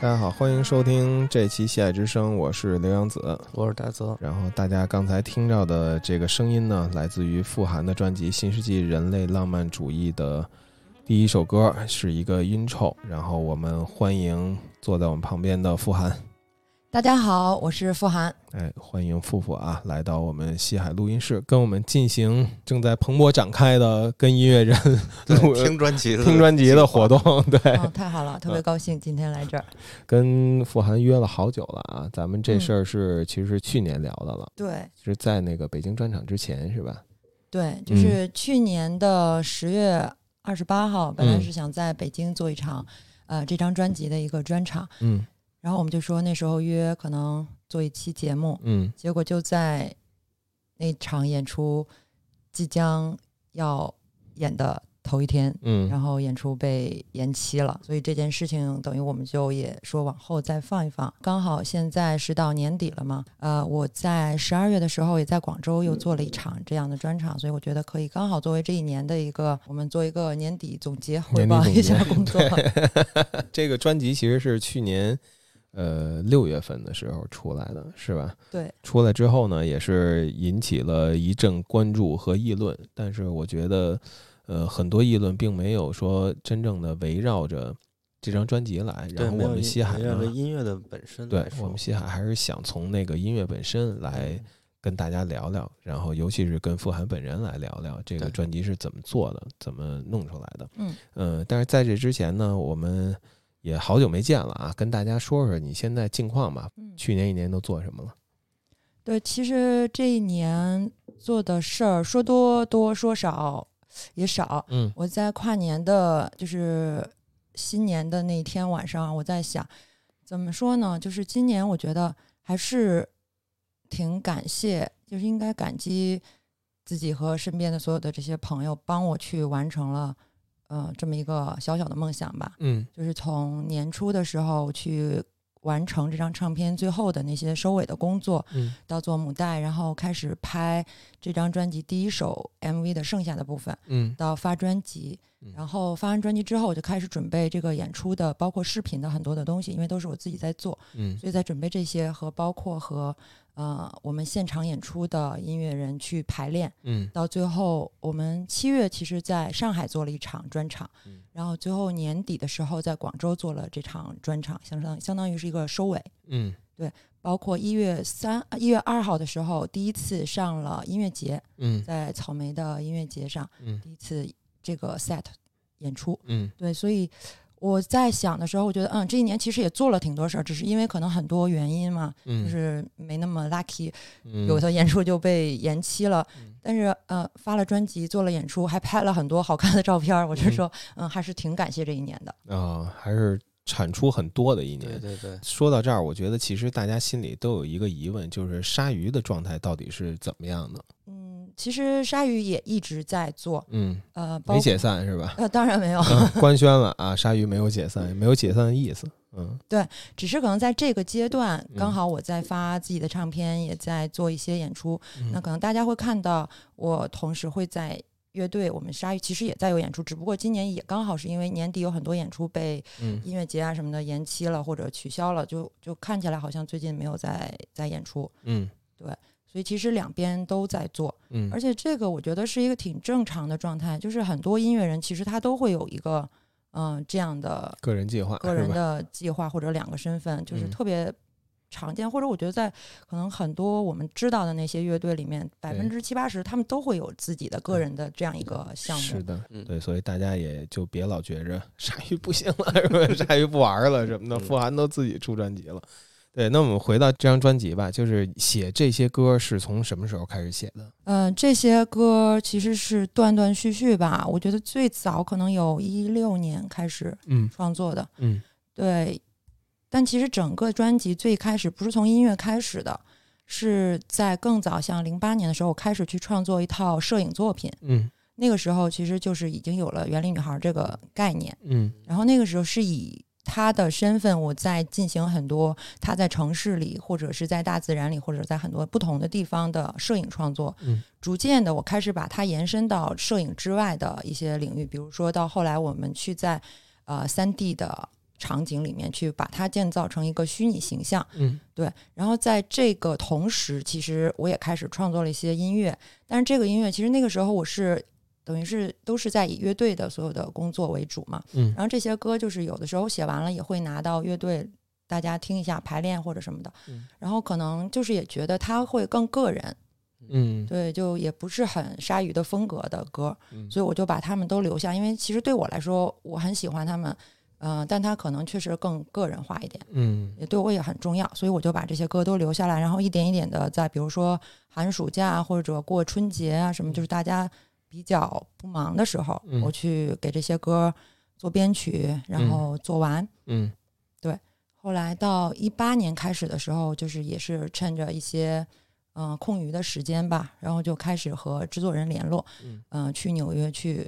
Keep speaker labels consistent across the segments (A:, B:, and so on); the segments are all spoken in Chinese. A: 大家好，欢迎收听这期《戏爱之声》，我是刘洋子。
B: 我是大泽，
A: 然后大家刚才听到的这个声音呢，来自于傅函的专辑《新世纪人类浪漫主义》的第一首歌，是一个音臭。然后我们欢迎坐在我们旁边的傅函，
C: 大家好，我是付涵。
A: 哎，欢迎富富啊，来到我们西海录音室，跟我们进行正在蓬勃展开的跟音乐人
B: 对
A: 录
B: 听专辑，
A: 听专辑的 活，动。
B: 嗯
A: 对，
C: 哦，太好了，特别高兴今天来这儿。
A: 跟傅函约了好久了啊，咱们
B: 嗯
A: 这事儿是、其实是去年聊的了，
C: 对
A: 是在那个北京专场之前是吧？
C: 对，就是去年的十月二十八号，本来是想在北京做一场，呃，这张专辑的一个专场，
A: 嗯
C: 然后我们就说那时候约可能做一期节目，
A: 嗯，
C: 结果就在那场演出即将要演的头一天，
A: 嗯
C: 然后演出被延期了，所以这件事情等于我们就也说往后再放一放。刚好现在是到年底了嘛，呃，我在十二月的时候也在广州又做了一场这样的专场，所以我觉得可以刚好作为这一年的一个，我们做一个年底总结，汇
A: 年底
C: 报
A: 总结
C: 一下工作。
A: 这个专辑其实是去年呃六月份的时候出来的，是吧？
C: 对，
A: 出来之后呢，也是引起了一阵关注和议论，但是我觉得，呃，很多议论并没有说真正的围绕着这张专辑来，
B: 对，
A: 然后
B: 没
A: 我
B: 有
A: 们西海
B: 没有
A: 呢
B: 这音乐的本身
A: 对
B: 来说，嗯
A: 我们西海还是想从那个音乐本身来跟大家聊聊，然后尤其是跟傅函本人来聊聊这个
B: 对
A: 专辑是怎么做的，怎么弄出来的。
C: 嗯
A: 呃，但是在这之前呢，我们也好久没见了啊，跟大家说说你现在近况吧。
C: 嗯，
A: 去年一年都做什么了？
C: 对，其实这一年做的事儿说多多说少也少，
A: 嗯
C: 我在跨年的，就是新年的那一天晚上，我在想，怎么说呢？就是今年我觉得还是挺感谢，就是应该感激自己和身边的所有的这些朋友，帮我去完成了，呃，这么一个小小的梦想吧。
A: 嗯
C: 就是从年初的时候去完成这张唱片最后的那些收尾的工作，
A: 嗯
C: 到做母带，然后开始拍这张专辑第一首 MV 的剩下的部分。
A: 嗯
C: 到发专辑
A: 嗯，
C: 然后发完专辑之后，我就开始准备这个演出的，包括视频的很多的东西，因为都是我自己在做，
A: 嗯
C: 所以在准备这些和包括和呃我们现场演出的音乐人去排练。
A: 嗯
C: 到最后，我们七月其实在上海做了一场专场
A: 嗯，
C: 然后最后年底的时候在广州做了这场专场，相当相当于是一个收尾。
A: 嗯
C: 包括一月三、呃一月二号的时候，第一次上了音乐节，
A: 嗯
C: 在草莓的音乐节上，
A: 嗯
C: 第一次这个 set 演出。
A: 嗯
C: 对，所以我在想的时候，我觉得嗯，这一年其实也做了挺多事儿，只是因为可能很多原因嘛，
A: 嗯，
C: 就是没那么 lucky，
A: 嗯
C: 有的演出就被延期了。
A: 嗯
C: 但是呃，发了专辑，做了演出，还拍了很多好看的照片儿，我是说，嗯，还是挺感谢这一年的。
A: 啊，还是产出很多的一
B: 对
A: 年。
B: 对对，
A: 说到这儿，我觉得其实大家心里都有一个疑问，就是鲨鱼的状态到底是怎么样的？
C: 嗯，其实鲨鱼也一直在做，
A: 嗯，
C: 呃，包
A: 没解散是吧？
C: 呃，当然没有，
A: 啊 官宣了啊，鲨鱼没有解散，也没有解散的意思。嗯
C: 只是可能在这个阶段，
A: 嗯
C: 刚好我在发自己的唱片，也在做一些演出，
A: 嗯
C: 那可能大家会看到我同时会在乐队，我们鲨鱼其实也在有演出，只不过今年也刚好是因为年底有很多演出被
A: 嗯
C: 音乐节啊什么的延期了或者取消了，就就看起来好像最近没有在在演出，
A: 嗯
C: 所以其实两边都在做，
A: 嗯
C: 而且这个我觉得是一个挺正常的状态，就是很多音乐人其实他都会有一个嗯、呃这样的
A: 个人计划
C: 个
A: 是
C: 人
A: 吧？
C: 的计划或者两个身份，就是
A: 嗯
C: 特别常见，或者我觉得在可能很多我们知道的那些乐队里面，百分之七八十他们都会有自己的个人的这样一个
A: 嗯
C: 项
A: 是
C: 目。
A: 的，
B: 嗯
A: 对，所以大家也就别老觉着鲨鱼不行了，是吧？鲨鱼不玩了什么的，
B: 嗯
A: 傅函都自己出专辑了。对，那我们回到这张专辑吧，就是写这些歌是从什么时候开始写的？
C: 嗯、这些歌其实是断断续续吧，我觉得最早可能有一六年开始
A: 嗯
C: 创作的，
A: 嗯
C: 对。但其实整个专辑最开始不是从音乐开始的，是在更早，像零八年的时候，我开始去创作一套摄影作品。
A: 嗯
C: 那个时候其实就是已经有了“园林女孩”这个概念，
A: 嗯
C: 然后那个时候是以他的身份，我在进行很多他在城市里，或者是在大自然里，或者在很多不同的地方的摄影创作。
A: 嗯，
C: 逐渐的，我开始把它延伸到摄影之外的一些领域，比如说到后来我们去在呃三 D 的场景里面去把它建造成一个虚拟形象。
A: 嗯
C: 对，然后在这个同时，其实我也开始创作了一些音乐，但是这个音乐其实那个时候我是等于是都是在以乐队的所有的工作为主嘛，
A: 嗯
C: 然后这些歌就是有的时候写完了也会拿到乐队大家听一下排练或者什么的，
A: 嗯
C: 然后可能就是也觉得它会更个人，
A: 嗯
C: 对，就也不是很鲨鱼的风格的歌，
A: 嗯
C: 所以我就把他们都留下，因为其实对我来说我很喜欢他们，嗯、但它可能确实更个人化一点。
A: 嗯
C: 也对我也很重要，所以我就把这些歌都留下来，然后一点一点的在，比如说寒暑假啊或者过春节啊什么，就是大家比较不忙的时候，
A: 嗯
C: 我去给这些歌做编曲，然
A: 嗯
C: 后做完。
A: 嗯
C: 后来到一八年开始的时候，就是也是趁着一些嗯、呃空余的时间吧，然后就开始和制作人联络，
A: 嗯
C: 嗯、去纽约去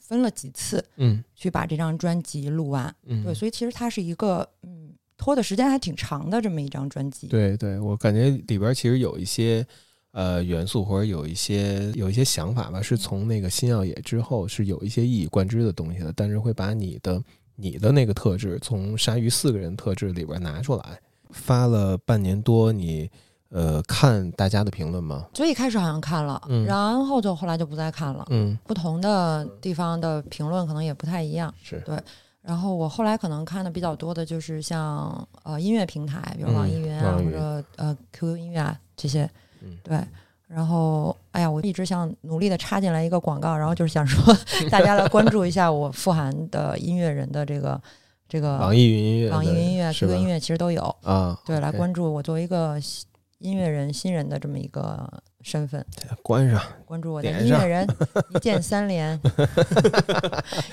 C: 分了几次，
A: 嗯
C: 去把这张专辑录完。
A: 嗯，
C: 对，所以其实它是一个嗯拖的时间还挺长的这么一张专辑。
A: 对对，我感觉里边儿其实有一些呃元素，或者有一些有一些想法
C: 嗯
A: 吧，是从那个新耀野之后是有一些一以贯之的东西的，但是会把你的你的那个特质从鲨鱼四个人特质里边儿拿出来。发了半年多，你呃看大家的评论吗？
C: 最一开始好像看了，
A: 嗯
C: 然后就后来就不再看了。
A: 嗯，
C: 不同的地方的评论可能也不太一样。
A: 是
C: 然后我后来可能看的比较多的就是像呃音乐平台，比如
A: 嗯
C: 网易云啊，
A: 网易
C: 或
A: 云
C: 者呃 QQ 音乐啊这些。
A: 嗯
C: 对。然后，哎呀，我一直想努力的插进来一个广告，然后就是 想说大家来关注一下我富含的音乐人的这个这个
A: 网易云音乐的，
C: 呃网易云音乐、
A: 是
C: QQ
A: 吧
C: 音乐其实都有。
A: 啊，
C: 对，来
A: OK
C: 关注我作为一个新音乐人新人的这么一个身份，
A: 关上。
C: 关注我的
A: 连
C: 音
A: 上
C: 乐人一键三连。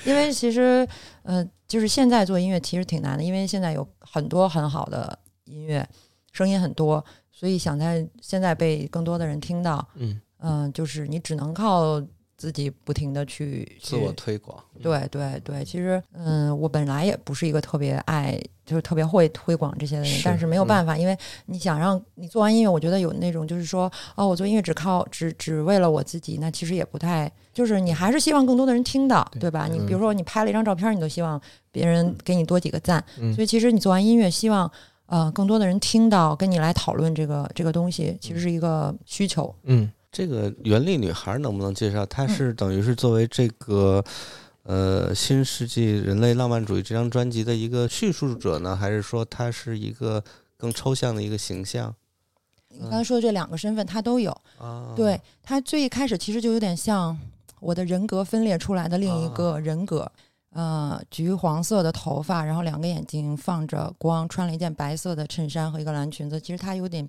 C: 因为其实，呃，就是现在做音乐其实挺难的，因为现在有很多很好的音乐，声音很多，所以想在现在被更多的人听到，
A: 嗯，
C: 嗯、就是你只能靠自己不停的去
B: 自我
C: 去
B: 推广。
A: 嗯
C: 对对对，其实嗯，我本来也不是一个特别爱，就是特别会推广这些的人，
A: 是
C: 但是没有
B: 嗯
C: 办法，因为你想让你做完音乐，我觉得有那种就是说，哦，我做音乐只靠只只为了我自己，那其实也不太，就是你还是希望更多的人听到，
A: 对
C: 对吧？你
A: 嗯
C: 比如说你拍了一张照片，你都希望别人给你多几个赞，
A: 嗯
C: 所以其实你做完音乐，希望。呃，更多的人听到，跟你来讨论这个这个东西，其实是一个需求。
A: 嗯
B: 这个原力女孩能不能介绍？她
C: 嗯
B: 是等于是作为这个呃新世纪人类浪漫主义这张专辑的一个叙述者呢，还是说她是一个更抽象的一个形象
C: 你
A: 嗯
C: 刚才说的这两个身份，他都有。
B: 啊？
C: 对，他最一开始其实就有点像我的人格分裂出来的另一
B: 啊
C: 个人格，呃，橘黄色的头发，然后两个眼睛放着光，穿了一件白色的衬衫和一个蓝裙子。其实他有点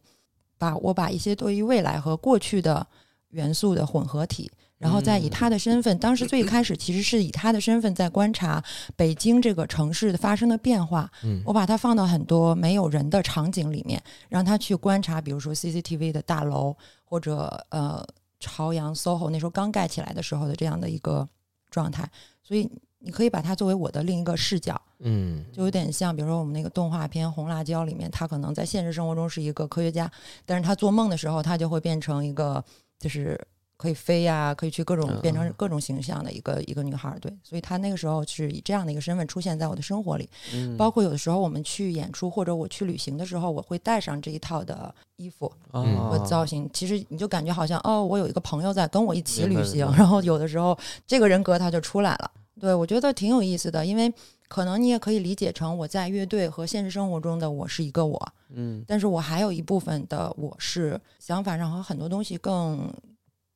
C: 把我把一些对于未来和过去的元素的混合体。然后再以
B: 嗯
C: 他的身份，当时最一开始其实是以他的身份在观察北京这个城市发生的变化，
A: 嗯
C: 我把它放到很多没有人的场景里面，让他去观察，比如说 CCTV 的大楼，或者呃朝阳 SOHO 那时候刚盖起来的时候的这样的一个状态。所以你可以把它作为我的另一个视角，
A: 嗯
C: 就有点像，比如说我们那个动画片《红辣椒》里面，他可能在现实生活中是一个科学家，但是他做梦的时候，他就会变成一个就是。可以飞呀、可以去各种
B: 嗯
C: 变成各种形象的一个一个女孩儿，对，所以她那个时候是以这样的一个身份出现在我的生活里，
B: 嗯，
C: 包括有的时候我们去演出或者我去旅行的时候，我会带上这一套的衣服
A: 嗯
B: 啊
C: 和造型。其实你就感觉好像哦，我有一个朋友在跟我一起
B: 明白
C: 旅行
B: 明，白
C: 然后有的时候这个人格他就出来了。对我觉得挺有意思的，因为可能你也可以理解成我在乐队和现实生活中的我是一个我，
B: 嗯
C: 但是我还有一部分的我是想法上和很多东西更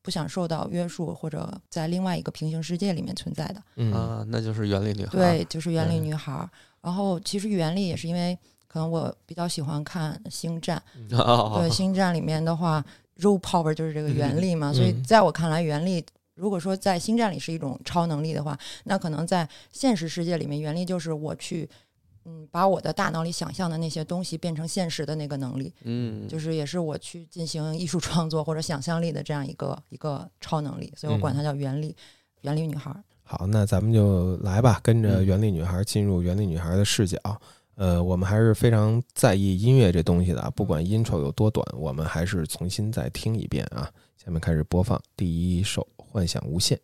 C: 不想受到约束，或者在另外一个平行世界里面存在的。
A: 嗯
B: 啊，那就是原力女孩。
C: 对，就是原力
A: 嗯
C: 女孩儿。然后其实原力也是因为可能我比较喜欢看《星战》，
B: 哦，
C: 对，《星战》里面的话，Row Power 就是这个原力嘛，所以
A: 嗯
C: 在我看来，原力如果说在《星战》里是一种超能力的话，那可能在现实世界里面，原力就是我去。嗯，把我的大脑里想象的那些东西变成现实的那个能力，
B: 嗯，
C: 就是是也是我去进行艺术创作或者想象力的这样一个一个超能力，所以我
A: 嗯
C: 管它叫原力，原力女孩儿。
A: 好，那咱们就来吧，跟
C: 嗯
A: 着原力女孩进入原力女孩的视角。呃，我们还是非常在意音乐这东西的啊，
C: 嗯
A: 不管 intro 有多短，我们还是重新再听一遍啊。下面开始播放第一首《幻想无限》。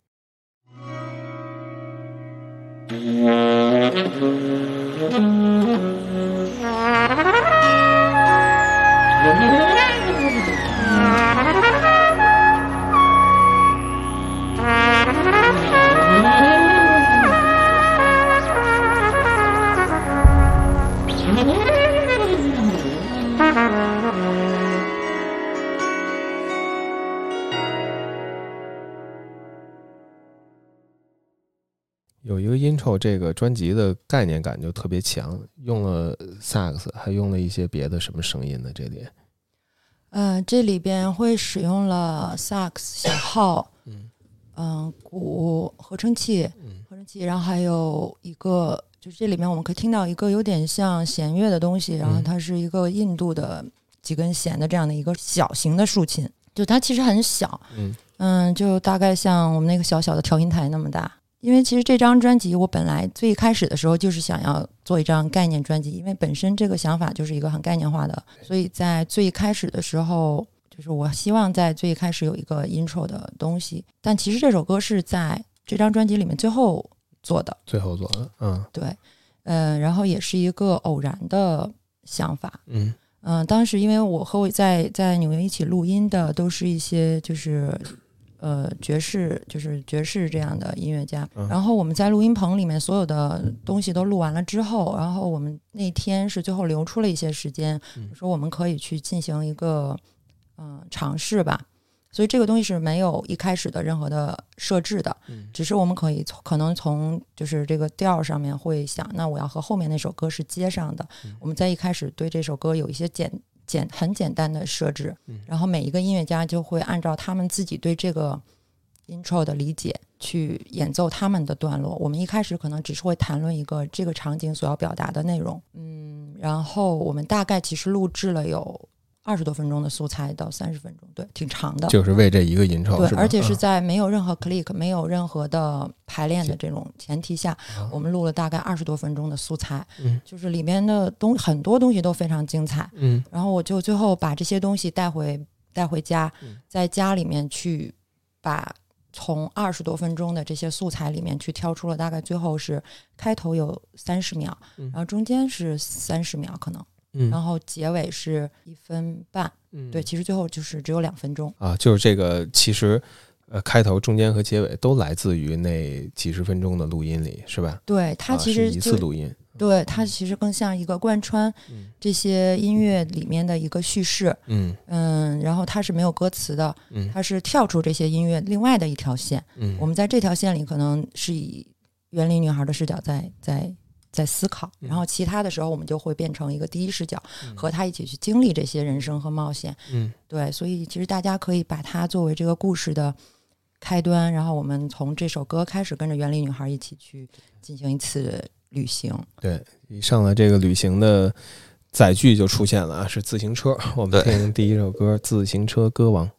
A: 有一个 intro，这个专辑的概念感就特别强，用了萨克斯，还用了一些别的什么声音呢？这里，
C: 呃，这里边会使用了萨克斯、小号、
A: 嗯
C: 嗯、鼓、合成器、
A: 嗯
C: 合成器，然后还有一个，就是这里面我们可以听到一个有点像弦乐的东西，然
A: 嗯
C: 后它是一个印度的几根弦的这样的一个小型的竖琴，就它其实很小，
A: 嗯
C: 嗯，就大概像我们那个小小的调音台那么大。因为其实这张专辑，我本来最开始的时候就是想要做一张概念专辑，因为本身这个想法就是一个很概念化的，所以在最开始的时候，就是我希望在最开始有一个 intro 的东西。但其实这首歌是在这张专辑里面最后做的，
A: 最后做的，嗯
C: 对，呃，然后也是一个偶然的想法，
A: 嗯
C: 嗯、当时因为我和我在在纽约一起录音的都是一些就是呃爵士，就是爵士这样的音乐家。
A: 嗯
C: 然后我们在录音棚里面所有的东西都录完了之后，然后我们那天是最后留出了一些时间，
A: 嗯
C: 我说我们可以去进行一个嗯、呃尝试吧。所以这个东西是没有一开始的任何的设置的，
A: 嗯
C: 只是我们可以从可能从就是这个调儿上面会想，那我要和后面那首歌是接上的。
A: 嗯
C: 我们在一开始对这首歌有一些简简很简单的设置，
A: 嗯
C: 然后每一个音乐家就会按照他们自己对这个 intro 的理解去演奏他们的段落。我们一开始可能只是会谈论一个这个场景所要表达的内容，嗯，然后我们大概其实录制了有二十多分钟的素材到三十分钟，对，挺长的。
A: 就是为这一个 intro，
C: 对
A: 是，吧
C: 而且是
A: 嗯
C: 在没有任何 click、没有任何的排练的这种前提下，
A: 啊
C: 我们录了大概二十多分钟的素材，
A: 嗯
C: 就是里面的东很多东西都非常精彩。
A: 嗯
C: 然后我就最后把这些东西带回带回家
A: 嗯，
C: 在家里面去把从二十多分钟的这些素材里面去挑出了大概最后是开头有三十秒，
A: 嗯
C: 然后中间是三十秒可能，
A: 嗯
C: 然后结尾是一分半。
A: 嗯
C: 对，其实最后就是只有两分钟。
A: 啊，就是这个，其实呃，开头、中间和结尾都来自于那几十分钟的录音里，是吧？
C: 对，它
A: 啊
C: 其
A: 是
C: 实
A: 一
C: 就
A: 次录音，
C: 对，它其实更像一个贯穿
A: 嗯
C: 这些音乐里面的一个叙事，
A: 嗯
C: 嗯，然后它是没有歌词的，
A: 嗯
C: 它是跳出这些音乐另外的一条线。
A: 嗯，
C: 我们在这条线里，可能是以园林女孩的视角在在在思考，
A: 嗯
C: 然后其他的时候，我们就会变成一个第一视角，
A: 嗯
C: 和她一起去经历这些人生和冒险。
A: 嗯
C: 对，所以其实大家可以把它作为这个故事的开端，然后我们从这首歌开始，跟着园林女孩一起去进行一次旅行。
A: 一上来这个旅行的载具就出现了啊，是自行车。我们
B: 对
A: 听第一首歌《自行车歌王》。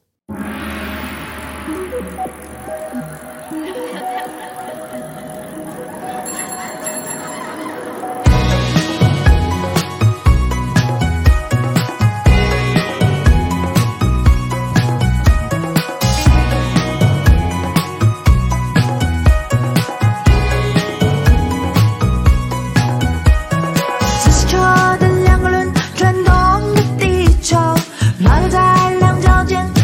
D: 自行车的两个轮转动的地球，老有在两脚间，啊啊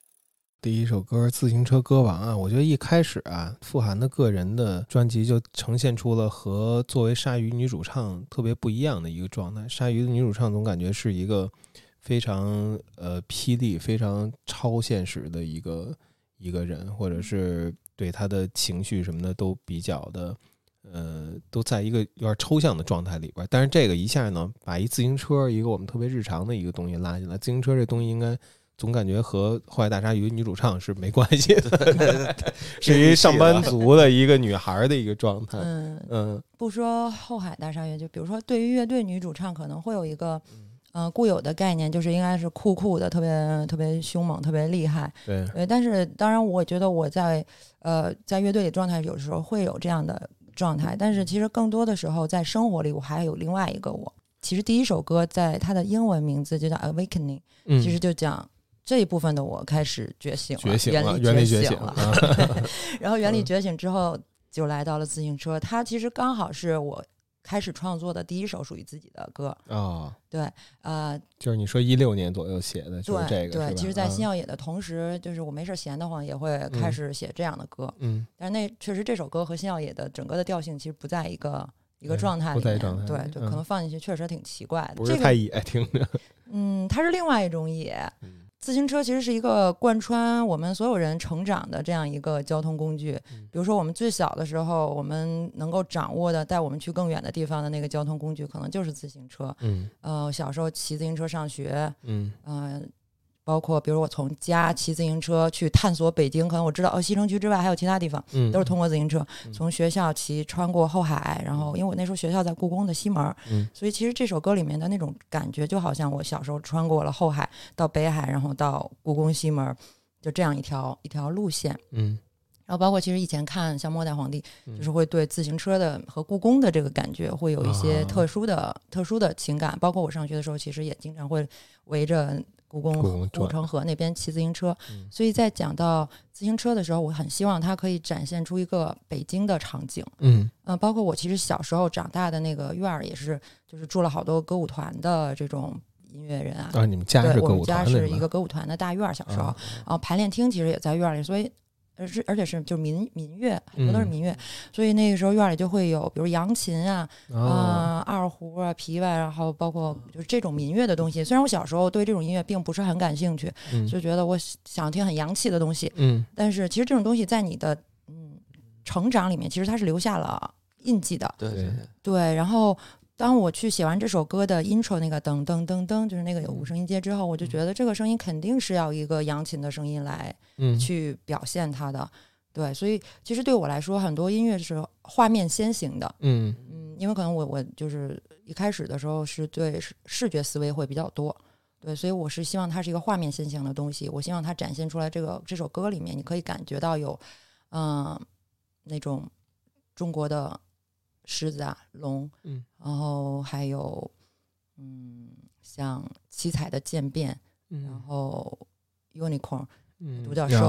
A: 是自行车歌王啊，我觉得一开始啊，傅函的个人的专辑就呈现出了和作为鲨鱼女主唱特别不一样的一个状态。鲨鱼的女主唱总感觉是一个非常呃霹雳、非常超现实的一个一个人，或者是对她的情绪什么的都比较的。呃，都在一个有点抽象的状态里边儿，但是这个一下呢，把一自行车一个我们特别日常的一个东西拉进来，自行车这东西应该总感觉和《后海大鲨鱼》女主唱是没关系的， 是一上班族的一个女孩儿的一个状态。
C: 嗯，
A: 嗯
C: 不说后海大鲨鱼，就比如说对于乐队女主唱可能会有一个。
A: 嗯
C: 呃，固有的概念就是应该是酷酷的，特别特别凶猛，特别厉害。
A: 对，
C: 对，但是当然，我觉得我在呃在乐队里状态有时候会有这样的状态，但是其实更多的时候在生活里，我还有另外一个我。其实第一首歌在它的英文名字就叫 Awakening，
A: 嗯，
C: 其实就讲这一部分的我开始觉醒了，
A: 觉醒了，
C: 原
A: 原理
C: 觉
A: 觉醒
C: 了。
A: 啊
C: 然后原理
A: 嗯
C: 觉醒之后，就来到了自行车。它其实刚好是我开始创作的第一首属于自己的歌。
A: 哦，
C: 对，呃，
A: 就是你说一六年左右写的，就是这
C: 对
A: 个，是
C: 对，
A: 吧
C: 其实，在新
A: 啊
C: 耀野的同时，就是我没事儿闲得慌，也会开
A: 嗯
C: 始写这样的歌。
A: 嗯，
C: 但是那确实这首歌和新耀野的整个的调性其实不在一个一个
A: 对
C: 状态
A: 哎不
C: 里
A: 在
C: 面，
A: 状态
C: 对
A: 里
C: 对，
A: 嗯
C: 可能放进去确实挺奇怪的。
A: 不
C: 这
A: 是
C: 个
A: 太野，听着，
C: 嗯，它是另外一种野。
A: 嗯
C: 自行车其实是一个贯穿我们所有人成长的这样一个交通工具。
A: 嗯
C: 比如说，我们最小的时候，我们能够掌握的带我们去更远的地方的那个交通工具，可能就是自行车。
A: 嗯
C: 呃，我小时候骑自行车上学，
A: 嗯
C: 嗯、包括比如我从家骑自行车去探索北京，可能我知道哦，西城区之外还有其他地方，
A: 嗯，
C: 都是通过自行车
A: 嗯
C: 从学校骑穿过后海，然后因为我那时候学校在故宫的西门儿，
A: 嗯
C: 所以其实这首歌里面的那种感觉，就好像我小时候穿过了后海到北海，然后到故宫西门儿，就这样一条一条路线。
A: 嗯，
C: 然后包括其实以前看像《末代皇帝》，
A: 嗯
C: 就是会对自行车的和故宫的这个感觉会有一些
A: 啊
C: 特殊的、特殊的情感。包括我上学的时候，其实也经常会围着故
A: 故宫
C: 宫护
A: 转
C: 城河那边骑自行车。
A: 嗯
C: 所以在讲到自行车的时候，我很希望它可以展现出一个北京的场景。
A: 嗯
C: 嗯、包括我其实小时候长大的那个院儿也是，就是住了好多歌舞团的这种音乐人啊。
A: 啊，你们家
C: 对
A: 是
C: 我
A: 歌
C: 们
A: 舞
C: 家
A: 团
C: 是
A: 的
C: 一
A: 吗
C: 个歌舞团的大院儿，小时候。
A: 啊
C: 啊，排练厅其实也在院儿里，所以而是而且是就是民民乐，很多都是
A: 嗯
C: 民乐，所以那个时候院儿里就会有，比如扬琴啊、啊、
A: 啊，
C: 二胡啊、琵琶，然后包括就是这种民乐的东西。虽然我小时候对这种音乐并不是很感兴趣，
A: 嗯
C: 就觉得我想听很洋气的东西，
A: 嗯
C: 但是其实这种东西在你的嗯成长里面，其实它是留下了印记的。
B: 对对对，
C: 对，然后当我去写完这首歌的 intro 那个噔噔噔噔，就是那个有五声音阶之后，我就觉得这个声音肯定是要一个扬琴的声音来
A: 嗯，
C: 去表现它的。对，所以其实对我来说，很多音乐是画面先行的。
A: 嗯
C: 嗯，因为可能我我就是一开始的时候是对视视觉思维会比较多，对，所以我是希望它是一个画面先行的东西。我希望它展现出来这个这首歌里面，你可以感觉到有，嗯、那种中国的狮子啊、龙，
A: 嗯，
C: 然后还有，嗯，像七彩的渐变，然
A: 嗯
C: 后 unicorn，
A: 嗯，
C: 独角
A: 啊
C: 兽，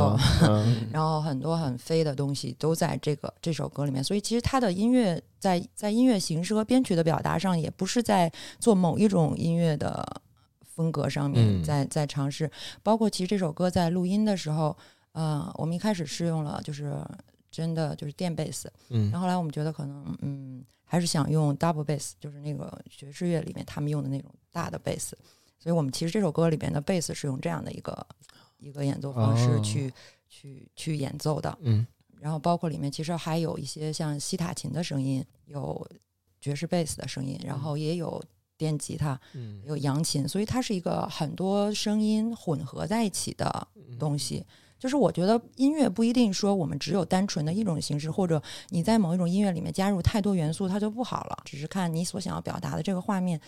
A: 啊
C: 然后很多很飞的东西都在这个这首歌里面，所以其实他的音乐在在音乐形式和编曲的表达上，也不是在做某一种音乐的风格上面
A: 嗯
C: 在在尝试。包括其实这首歌在录音的时候，呃，我们一开始试用了就是真的就是电贝斯，
A: 嗯
C: 然后后来我们觉得可能嗯还是想用 double bass，就是那个爵士乐里面他们用的那种大的贝斯，所以我们其实这首歌里面的贝斯是用这样的一个一个演奏方式
A: 哦
C: 去、去去演奏的。
A: 嗯
C: 然后包括里面其实还有一些像西塔琴的声音，有爵士贝斯的声音，然后也有电吉他，
A: 嗯
C: 也有扬琴，所以它是一个很多声音混合在一起的东西。就是我觉得音乐不一定说我们只有单纯的一种形式，或者你在某一种音乐里面加入太多元素，它就不好了。只是看你所想要表达的这个画面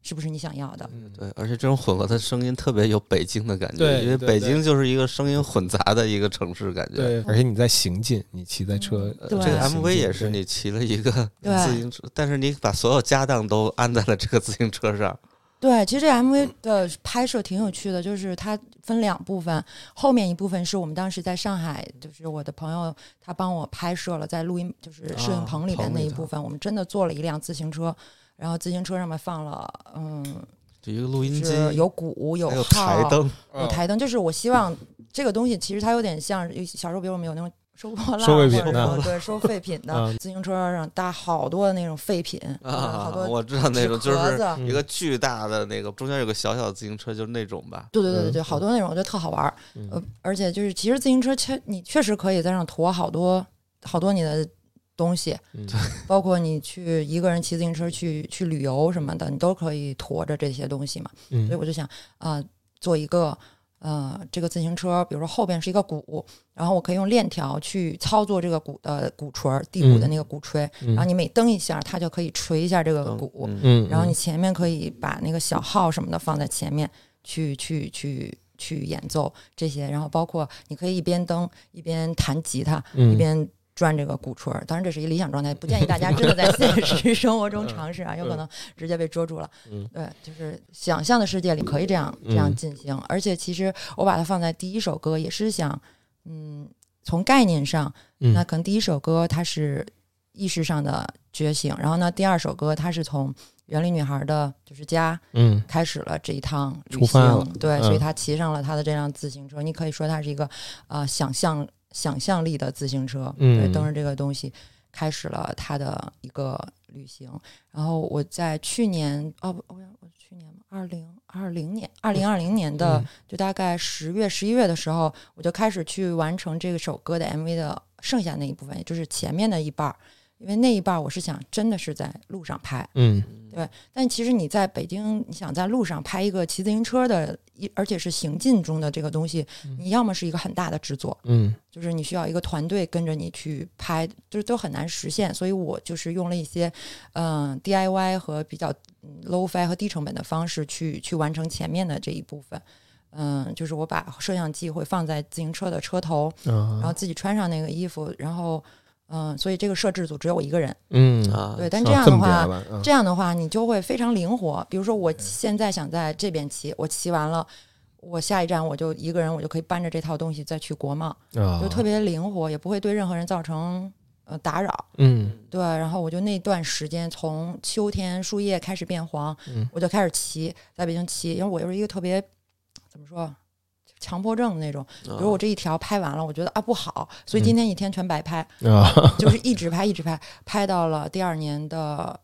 C: 是不是你想要的。
A: 嗯
B: 对，而且这种混合的声音特别有北京的感觉，
A: 对
B: 因为
A: 对
B: 北
A: 对
B: 京就是一个声音混杂的一个城市感觉。
A: 对，而且你在行进，你骑在车，
B: 呃，这
C: 嗯对啊
B: 个
A: 行进
B: MV 也是，你骑 了一个自行车，但是你把所有家当都安在了这个自行车上。
C: 对，其实
B: 嗯
C: 这 MV 的拍摄挺有趣的，就是它分两部分，后面一部分是我们当时在上海，就是我的朋友他帮我拍摄了在录音，就是摄影棚里面
B: 啊棚
C: 那
B: 里
C: 一
B: 头
C: 部分，我们真的坐了一辆自行车，然后自行车上面放了嗯
B: 就一个录音
C: 就
B: 机，
C: 是有鼓有
B: 还有
C: 号
B: 台灯，
C: 有台灯，就是我希望这个东西其实它有点像小时候，比如我们有那种收破烂
A: 收废品
C: 或者
A: 的
C: 什么对，收废品的
A: 嗯，
C: 自行车上搭好多那种废品，啊好多
B: 啊我知道那种
C: 纸
B: 就
C: 壳
B: 是
C: 子。
A: 嗯
B: 一个巨大的那个，中间有个小小的自行车，就是那种吧。
C: 对对对对对，
A: 嗯
C: 好多那种我觉得特好玩儿，
A: 嗯
C: 呃，而且就是其实自行车确你确实可以在上驮好多好多你的东西，
A: 嗯
C: 包括你去一个人骑自行车去去旅游什么的，你都可以驮着这些东西嘛。所以
A: 嗯
C: 我就想啊、做一个呃，这个自行车，比如说后边是一个鼓，然后我可以用链条去操作这个鼓的鼓槌儿，地鼓的那个鼓槌，
A: 嗯
C: 然后你每蹬一下，它就可以捶一下这个呃鼓，
B: 嗯，
A: 嗯，
C: 然后你前面可以把那个小号什么的放在前面去去去去演奏这些，然后包括你可以一边蹬一边弹吉他，
A: 你
C: 一边转这个鼓槌儿。当然，这是一理想状态，不建议大家真的在现实生活中尝试啊，有可能直接被捉住了。
A: 嗯
C: 对，就是想象的世界里可以这样这样
A: 嗯
C: 进行。而且，其实我把它放在第一首歌，也是想，嗯，从概念上，
A: 嗯
C: 那可能第一首歌它是意识上的觉醒，然后呢，第二首歌它是从园林女孩的就是家，
A: 嗯
C: 开始了这一趟旅
A: 出
C: 行，
A: 发了
C: 对，
A: 嗯
C: 所以他骑上了他的这辆自行车。你可以说它是一个呃想象想象力的自行车，
A: 嗯
C: 对，蹬着这个东西开始了他的一个旅行。然后我在去年哦，不我想我去年吗？二零二零年，二零二零年的、
A: 嗯
C: 就大概十月十一月的时候，我就开始去完成这首歌的 MV 的剩下那一部分，也就是前面的一半儿。因为那一半儿我是想真的是在路上拍，
A: 嗯
C: 但其实你在北京，你想在路上拍一个骑自行车的，一而且是行进中的这个东西
A: 嗯，
C: 你要么是一个很大的制作，
A: 嗯
C: 就是你需要一个团队跟着你去拍，就是都很难实现。所以我就是用了一些嗯、呃 DIY 和比较 low fi 和低成本的方式去去完成前面的这一部分。嗯，就是我把摄像机会放在自行车的车头，然后
A: 啊
C: 自己穿上那个衣服，然后嗯、所以这个摄制组只有我一个人。
A: 嗯
B: 啊，
C: 对，但这样的话，
A: 这
C: 这样的话，你就会非常灵活。比如说，我现在想在这边骑，我骑完了，我下一站我就一个人，我就可以搬着这套东西再去国贸，
A: 样
C: 就特
A: 别
C: 别灵活，也不会对任何人造成呃打扰。
A: 嗯
C: 对，然后我就那段时间从秋天树叶开始变黄，
A: 嗯
C: 我就开始骑，在北京骑，因为我又是一个特别怎么说强迫症的那种。
B: 比
A: 啊
C: 比如我这一条拍完了，我觉得啊不好，
A: 嗯
C: 所以今天一天全白拍。
A: 啊
C: 就是一直拍，一直拍，拍到了第二年的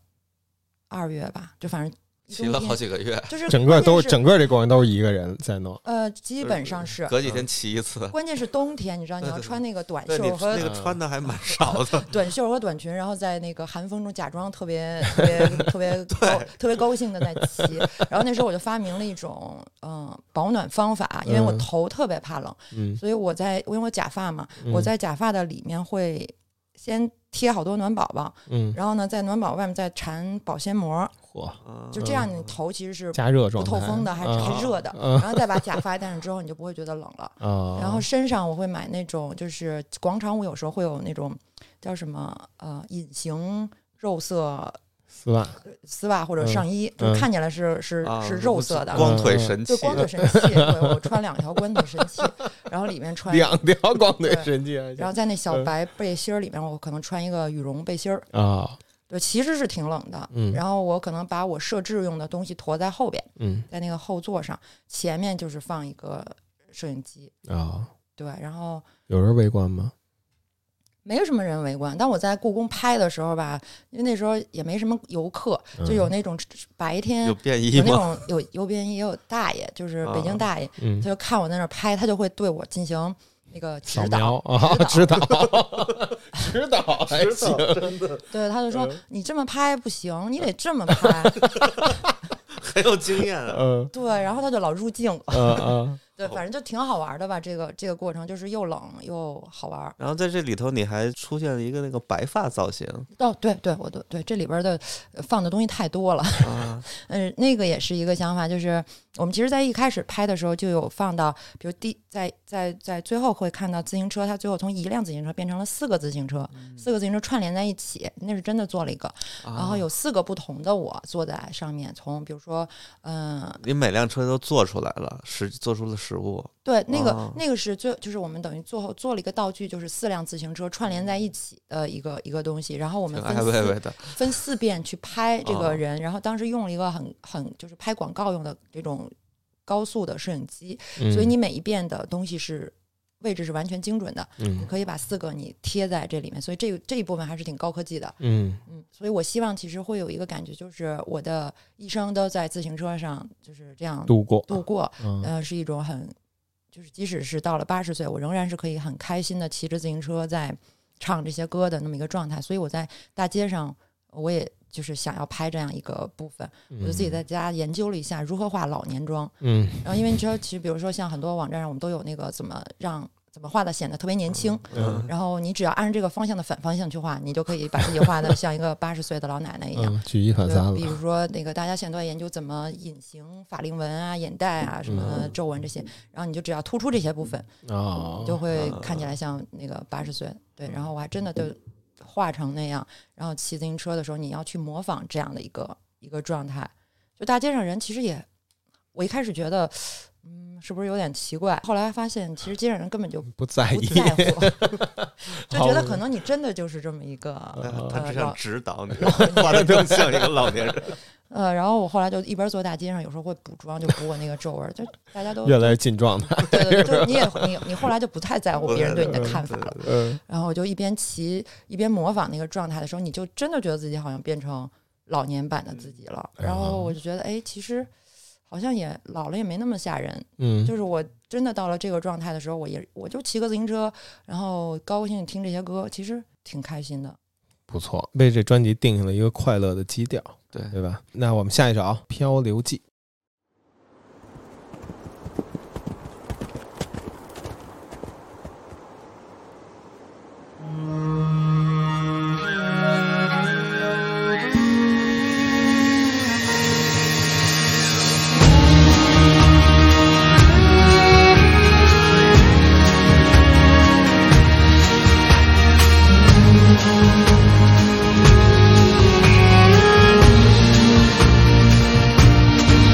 C: 二月吧，就反正
B: 骑了好
C: 几，
B: 几个月，
C: 就是
A: 整个都 是
C: 关键
A: 整个这过程都是一个人在弄
C: 呃，基本上是。
B: 隔几天骑一次。
C: 关键是冬天，你知道你
B: 对
C: 要
B: 对对
C: 穿那个短
B: 对你
C: 袖和
B: 那个穿的还蛮少的，
C: 短袖和短裙，然后在那个寒风中假装特别 特别特 别高特别高兴的在骑。然后那时候我就发明了一种嗯、呃保暖方法，因为我
A: 嗯
C: 头特别怕冷，
A: 嗯
C: 所以我在因为我假发嘛，
A: 嗯
C: 我在假发的里面会先贴好多暖宝宝，
A: 嗯
C: 然后呢，在暖宝外面再缠保鲜膜，
A: 嚯
B: 嗯
C: 就这样，你头其实是
A: 加热
C: 不
A: 状态
C: 透风的，还是还
A: 啊
C: 是热的。
A: 嗯
C: 然后再把假发戴上之后，你就不会觉得冷 了。
A: 啊
C: 然后身上我会买那种，就是广场舞有时候会有那种叫什么呃隐形肉色
A: 丝袜
C: 丝袜或者
A: 嗯
C: 上衣，
A: 嗯
C: 就是看起来是是
B: 啊
C: 是肉色的，
B: 光腿神
C: 就，
B: 器
C: 光腿神器。对，我穿两条光腿神器， 然后里面 穿，
A: 两条嗯光腿
C: 对
A: 神经
C: 然后在那小白背心儿里面，我可能穿一个羽绒背心儿。
A: 啊
C: 对，其实是挺冷的。
A: 嗯
C: 然后我可能把我设置用的东西驮在后边，
A: 嗯
C: 在那个后座上，前面就是放一个摄影机，
A: 啊
C: 对，然后
A: 有人围观吗？
C: 没有什么人围观。但我在故宫拍的时候吧，因为那时候也没什么游客，就
A: 嗯
C: 有那种白天
B: 嗯有便衣
C: 有那
B: 吗？
C: 种有邮编也有大爷，就是北京
B: 啊
C: 大爷，
A: 嗯
C: 他就看我在那儿拍，他就会对我进行那个
A: 扫
C: 指
A: 描
C: 导，
A: 啊指
C: 指
A: 导 指导还行
C: 对，他就说
A: 嗯
C: 你这么拍不行，你得这么 拍，
B: 很有经验啊。
A: 嗯
C: 对，然后他就老入镜，
A: 嗯嗯
C: 对，
B: 哦
C: 反正就挺好玩的吧。这个这个过程就是又冷又好玩。
B: 然后在这里头，你还出现了一个那个白发造 型
C: 哦，对对，我都对这里边的呃放的东西太多了。
B: 啊，
C: 嗯，那个也是一个想法，就是我们其实，在一开始拍的时候就有放到，比如第在在在最后会看到自行车，它最后从一辆自行车变成了四个自行车，嗯四个自行车串联在一起，那是真的做了一个。然
B: 啊哦
C: 后有四个不同的我坐在上面，从比如说，嗯、
B: 你每辆车都做出来了，实做出了食物，
C: 对，那个、
B: 哦
C: 那个是最，就是我们等于做后做了一个道具，就是四辆自行车串联在一起的一个一个东西，然后我们
B: 挺
C: 分
B: 嗯哎爱喂
C: 四
B: 喂的，
C: 分四遍去拍这
B: 哦
C: 个人，然后当时用了一个很很就是拍广告用的这种高速的摄影机，
A: 嗯
C: 所
B: 嗯
C: 以你每一遍的东西是位置是完全精准的，
A: 嗯
C: 可以把四个你贴在这里面，所以这个这一部分还是挺高科技的。
A: 嗯
C: 嗯，所以我希望其实会有一个感觉，就是我的一生都在自行车上，就是这样
A: 度过，
C: 度过，
A: 嗯
C: 呃，是一种很，就是即使是到了八十岁，我仍然是可以很开心的骑着自行车在唱这些歌的那么一个状态。所以我在大街上，我也就是想要拍这样一个部分，我就自己在家研究了一下如何画老年妆。
A: 嗯
C: 然后因为你知道，其实比如说像很多网站上我们都有那个怎么让怎么画的显得特别年轻，
A: 嗯
C: 然后你只要按照这个方向的反方向去画，你就可以把自己画的像一个八十岁的老奶奶一样。
A: 嗯，举一反
C: 对
A: 三
C: 比
A: 了，
C: 如说那个大家现在都在研究怎么隐形法令纹啊、眼袋啊、什么
B: 嗯
C: 皱纹这些，然后你就只要突出这些部分，
A: 哦
C: 你就会看起来像那个八十岁。对，然后我还真的就画成那样，然后骑自行车的时候你要去模仿这样的一个一个状态。就大街上人其实也，我一开始觉得，嗯，是不是有点奇怪？后来发现其实街上人根本就
A: 不在
C: 不
A: 意，
C: 在乎， 就觉得
A: 哎好
C: 可能你真的就是这么一个
A: 呃
B: 他
C: 呃
B: 只想
C: 老
B: 指导你，画的更像一个老年人。
C: 呃，然后我后来就一边坐大街上，有时候会补妆，就补我那个皱纹，就大家都
A: 越来越进状态，
C: 对对对，就你也你你后来就不太在乎别人对你的看法了。
A: 嗯
C: 然后我就一边骑一边模仿那个状态的时候，你就真的觉得自己好像变成老年版的自己了。
A: 嗯
C: 然后我就觉得，哎，其实好像也老了也没那么吓人。
A: 嗯，
C: 就是我真的到了这个状态的时候，我也我就骑个自行车，然后高高兴兴听这些歌，其实挺开心的。
A: 不错，为这专辑定下了一个快乐的基调，
B: 对
A: 对吧？那我们下一首《漂流记》。
D: 啊。哦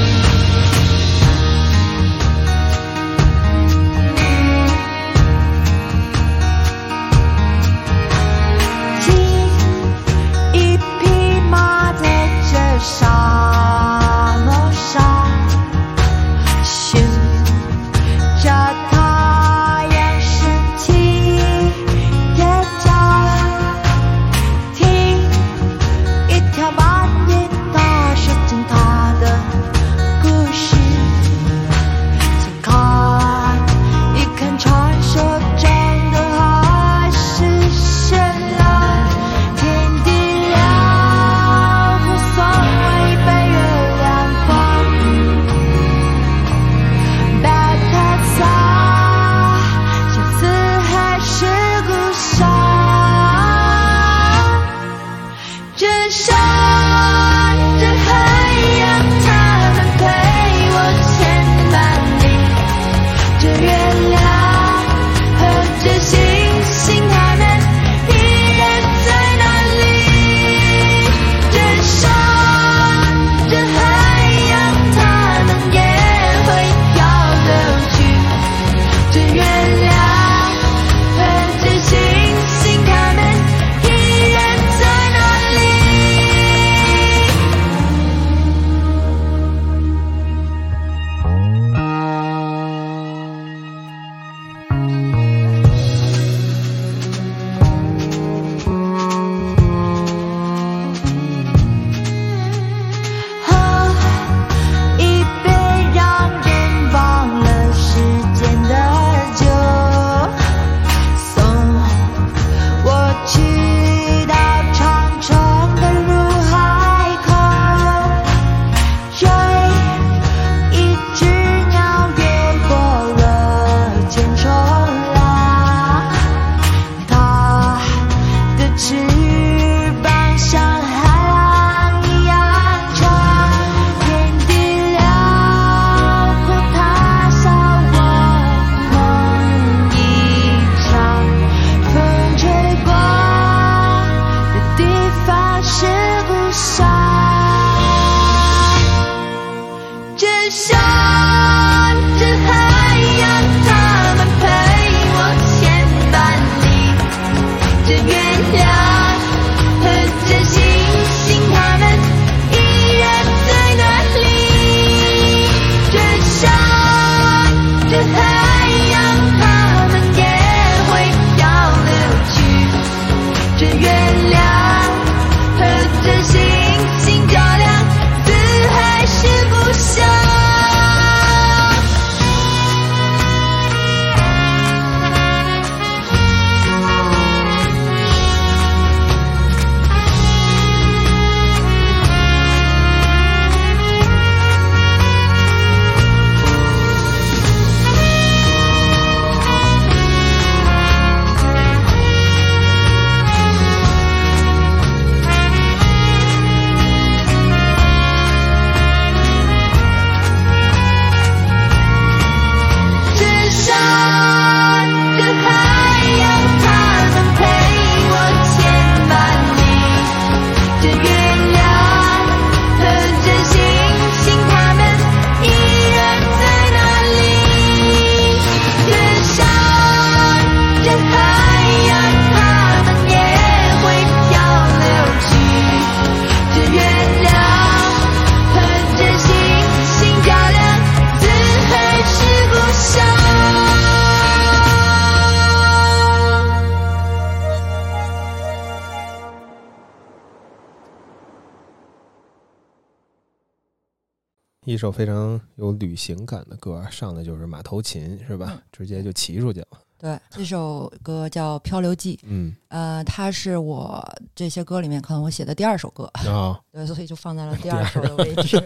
A: 一首非常有旅行感的歌，上的就是马头琴，是吧？
C: 嗯
A: 直接就骑出去了。
C: 对，这首歌叫《漂流记》，
A: 嗯
C: 呃，它是我这些歌里面可能我写的第二首歌，
A: 啊、
C: 对，所以就放在了第二首的位置，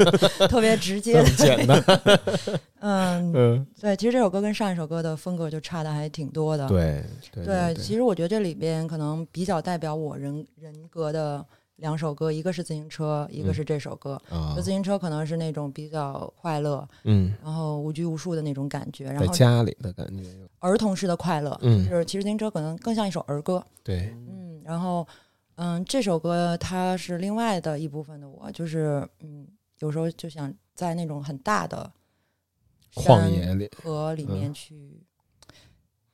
C: 特别直接
A: 这么。简单。
C: 嗯，
A: 嗯，
C: 对，其实这首歌跟上一首歌的风格就差的还挺多的。
A: 对对
C: 对，
A: 对，
C: 其实我觉得这里边可能比较代表我人人格的两首歌，一个是自行车，一个
A: 嗯
C: 是这首歌。
A: 啊
C: 就，自行车可能是那种比较快乐，
A: 嗯，
C: 然后无拘无束的那种感觉，然
A: 在
C: 后
A: 家里的感觉，
C: 儿童式的快乐，
A: 嗯
C: 就是其实自行车可能更像一首儿歌，
A: 对，
C: 嗯，然后嗯，这首歌它是另外的一部分的我，就是嗯，有时候就想在那种很大的
A: 旷
C: 山
A: 野里，
C: 河里面
A: 嗯
C: 去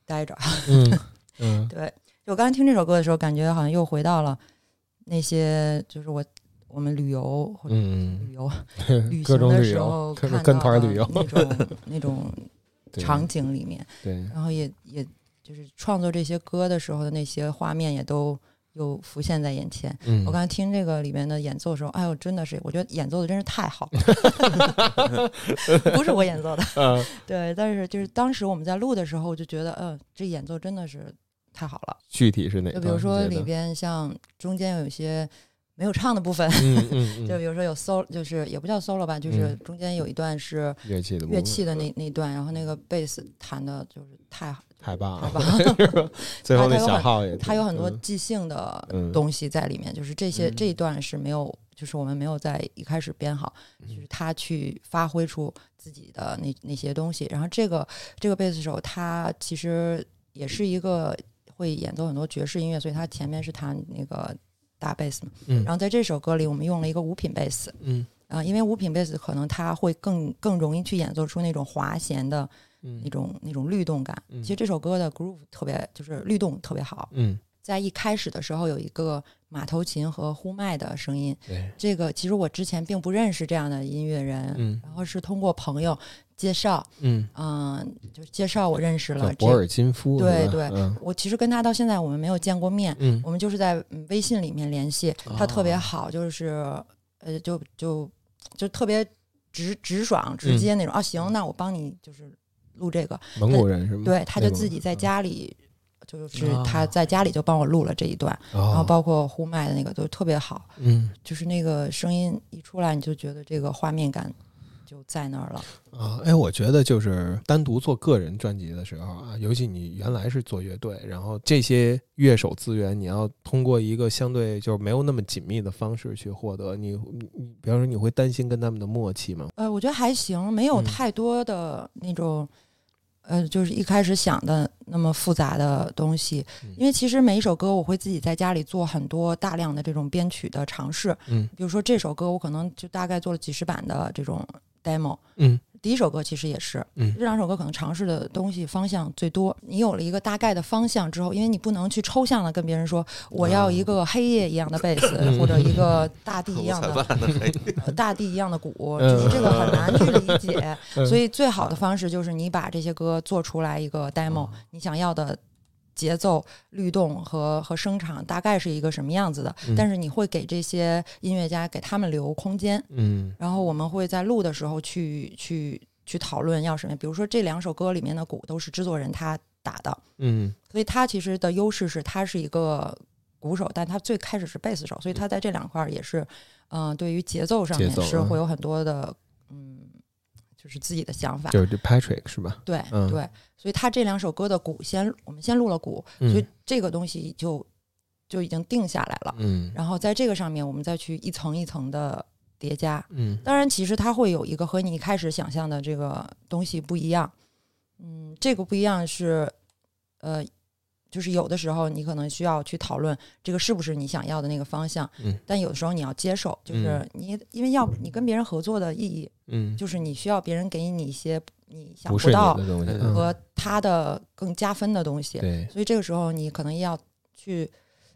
C: 待着，
A: 嗯嗯
C: 对，就我刚才听这首歌的时候，感觉好像又回到了那些，就是我我们旅游或者旅
A: 嗯
C: 游、
A: 嗯，
C: 旅
A: 各
C: 行
A: 种
C: 的
A: 旅
C: 时候
A: 游，各
C: 看到
A: 种跟团
C: 的
A: 旅游，
C: 那 种那种
A: 对
C: 场景里面，
A: 对，
C: 然后也也就是创作这些歌的时候的那些画面也都又浮现在眼前。
A: 嗯，
C: 我刚才听这个里面的演奏的时候，哎呦，真的是，我觉得演奏的真是太好 了，不是我演奏的，
A: 啊，
C: 对，但是就是当时我们在录的时候，我就觉得，嗯、这演奏真的是太好了。
A: 具体是哪
C: 就
A: 段？
C: 比如说
A: 你觉
C: 里
A: 得，
C: 边像中间有一些没有唱的部分，
A: 嗯嗯
C: 就
A: 嗯，
C: 比如说有 solo，就是也不叫 solo 吧，就是
A: 嗯
C: 中间有一段是
A: 乐器的部
C: 乐
A: 分
C: 器的那那段，然后那个贝斯弹的就是太好，
A: 太棒
C: 太
A: 了，
C: 棒了，
A: 是吧 最后那小号也，
C: 它有很多
A: 嗯
C: 即兴的
A: 嗯
C: 东西在里面，就是这些
A: 嗯
C: 这一段是没有，就是我们没有在一开始编好，
A: 嗯
C: 就是他去发挥出自己的那那些东西。然后这个这个贝斯手他其实也是一个会演奏很多爵士音乐，所以他前面是弹那个大贝斯嘛。
A: 嗯
C: 然后在这首歌里，我们用了一个五品贝斯，
A: 嗯
C: 啊、因为五品贝斯可能它会更更容易去演奏出那种滑弦的那
A: 嗯
C: 种那种律动感。
A: 嗯
C: 其实这首歌的 groove 特别就是律动特别好，
A: 嗯，
C: 在一开始的时候有一个马头琴和呼麦的声音，
A: 对，
C: 这个其实我之前并不认识这样的音乐人，
A: 嗯
C: 然后是通过朋友介绍，
A: 嗯，
C: 嗯、就是介绍我认识
A: 叫
C: 了这
A: 博尔金夫，
C: 对
A: 是吧
C: 对
A: 嗯
C: 我其实跟他到现在我们没有见过面，
A: 嗯
C: 我们就是在嗯微信里面联系，他特别好，就是呃，就就就特别直直爽直接那种、啊，行，那我帮你就是录这个，
A: 蒙古人是吗？嗯
C: 对，他
A: 内
C: 就
A: 蒙
C: 自
A: 人
C: 己在，家里。就是
A: 啊
C: 他在家里就帮我录了这一段，
A: 嗯
C: 然后
A: 哦
C: 包括呼麦的那个都特别好，
A: 嗯
C: 就是那个声音一出来，你就觉得这个画面感就在那儿了。
A: 啊，哎，我觉得就是单独做个人专辑的时候啊，尤其你原来是做乐队，然后这些乐手资源，你要通过一个相对就是没有那么紧密的方式去获得。你你你，比方说你会担心跟他们的默契吗？
C: 呃，我觉得还行，没有
A: 嗯
C: 太多的那种，呃，就是一开始想的那么复杂的东西
A: 嗯。
C: 因为其实每一首歌，我会自己在家里做很多大量的这种编曲的尝试。
A: 嗯
C: 比如说这首歌，我可能就大概做了几十版的这种 demo。
A: 嗯
C: 第一首歌其实也是，
A: 嗯
C: 这两首歌可能尝试的东西方向最多。你有了一个大概的方向之后，因为你不能去抽象的跟别人说我要一个黑夜一样的贝斯，
A: 啊嗯
C: 或者一个 大地一
B: 我
C: 样
B: 才
C: 的
B: 办呢，嘿
C: 呃大地一样的鼓，
A: 嗯
C: 就是这个很难去理解。
A: 嗯
C: 所以最好的方式就是你把这些歌做出来一个 demo，你想要的节奏、律动和和声场大概是一个什么样子的
A: 嗯。
C: 但是你会给这些音乐家给他们留空间，
A: 嗯
C: 然后我们会在录的时候去去去讨论要什么。比如说这两首歌里面的鼓都是制作人他打的，
A: 嗯
C: 所以他其实的优势是他是一个鼓手，但他最开始是贝斯手，所以他在这两块儿也是，嗯、对于节奏上面
A: 节奏
C: 是
A: 嗯
C: 会有很多的，嗯，就是自己的想法。
A: 就是这 Patrick 是吧？
C: 对、
A: 嗯
C: 对，所以他这两首歌的鼓先，我们先录了鼓，所以
A: 嗯
C: 这个东西就就已经定下来了。
A: 嗯
C: 然后在这个上面，我们再去一层一层的叠加。
A: 嗯
C: 当然，其实它会有一个和你一开始想象的这个东西不一样。嗯，这个不一样是，呃，就是有的时候你可能需要去讨论这个是不是你想要的那个方向，
A: 嗯
C: 但有的时候你要接受，就是
A: 嗯
C: 你、因为要你跟别人合作的意义，
A: 嗯，
C: 就是你需要别人给你一些你想
A: 不是你
C: 到
A: 的东西，
B: 嗯
A: 嗯
C: 和他的更加分的东西，
A: 对，
C: 所以这个时候你可能要去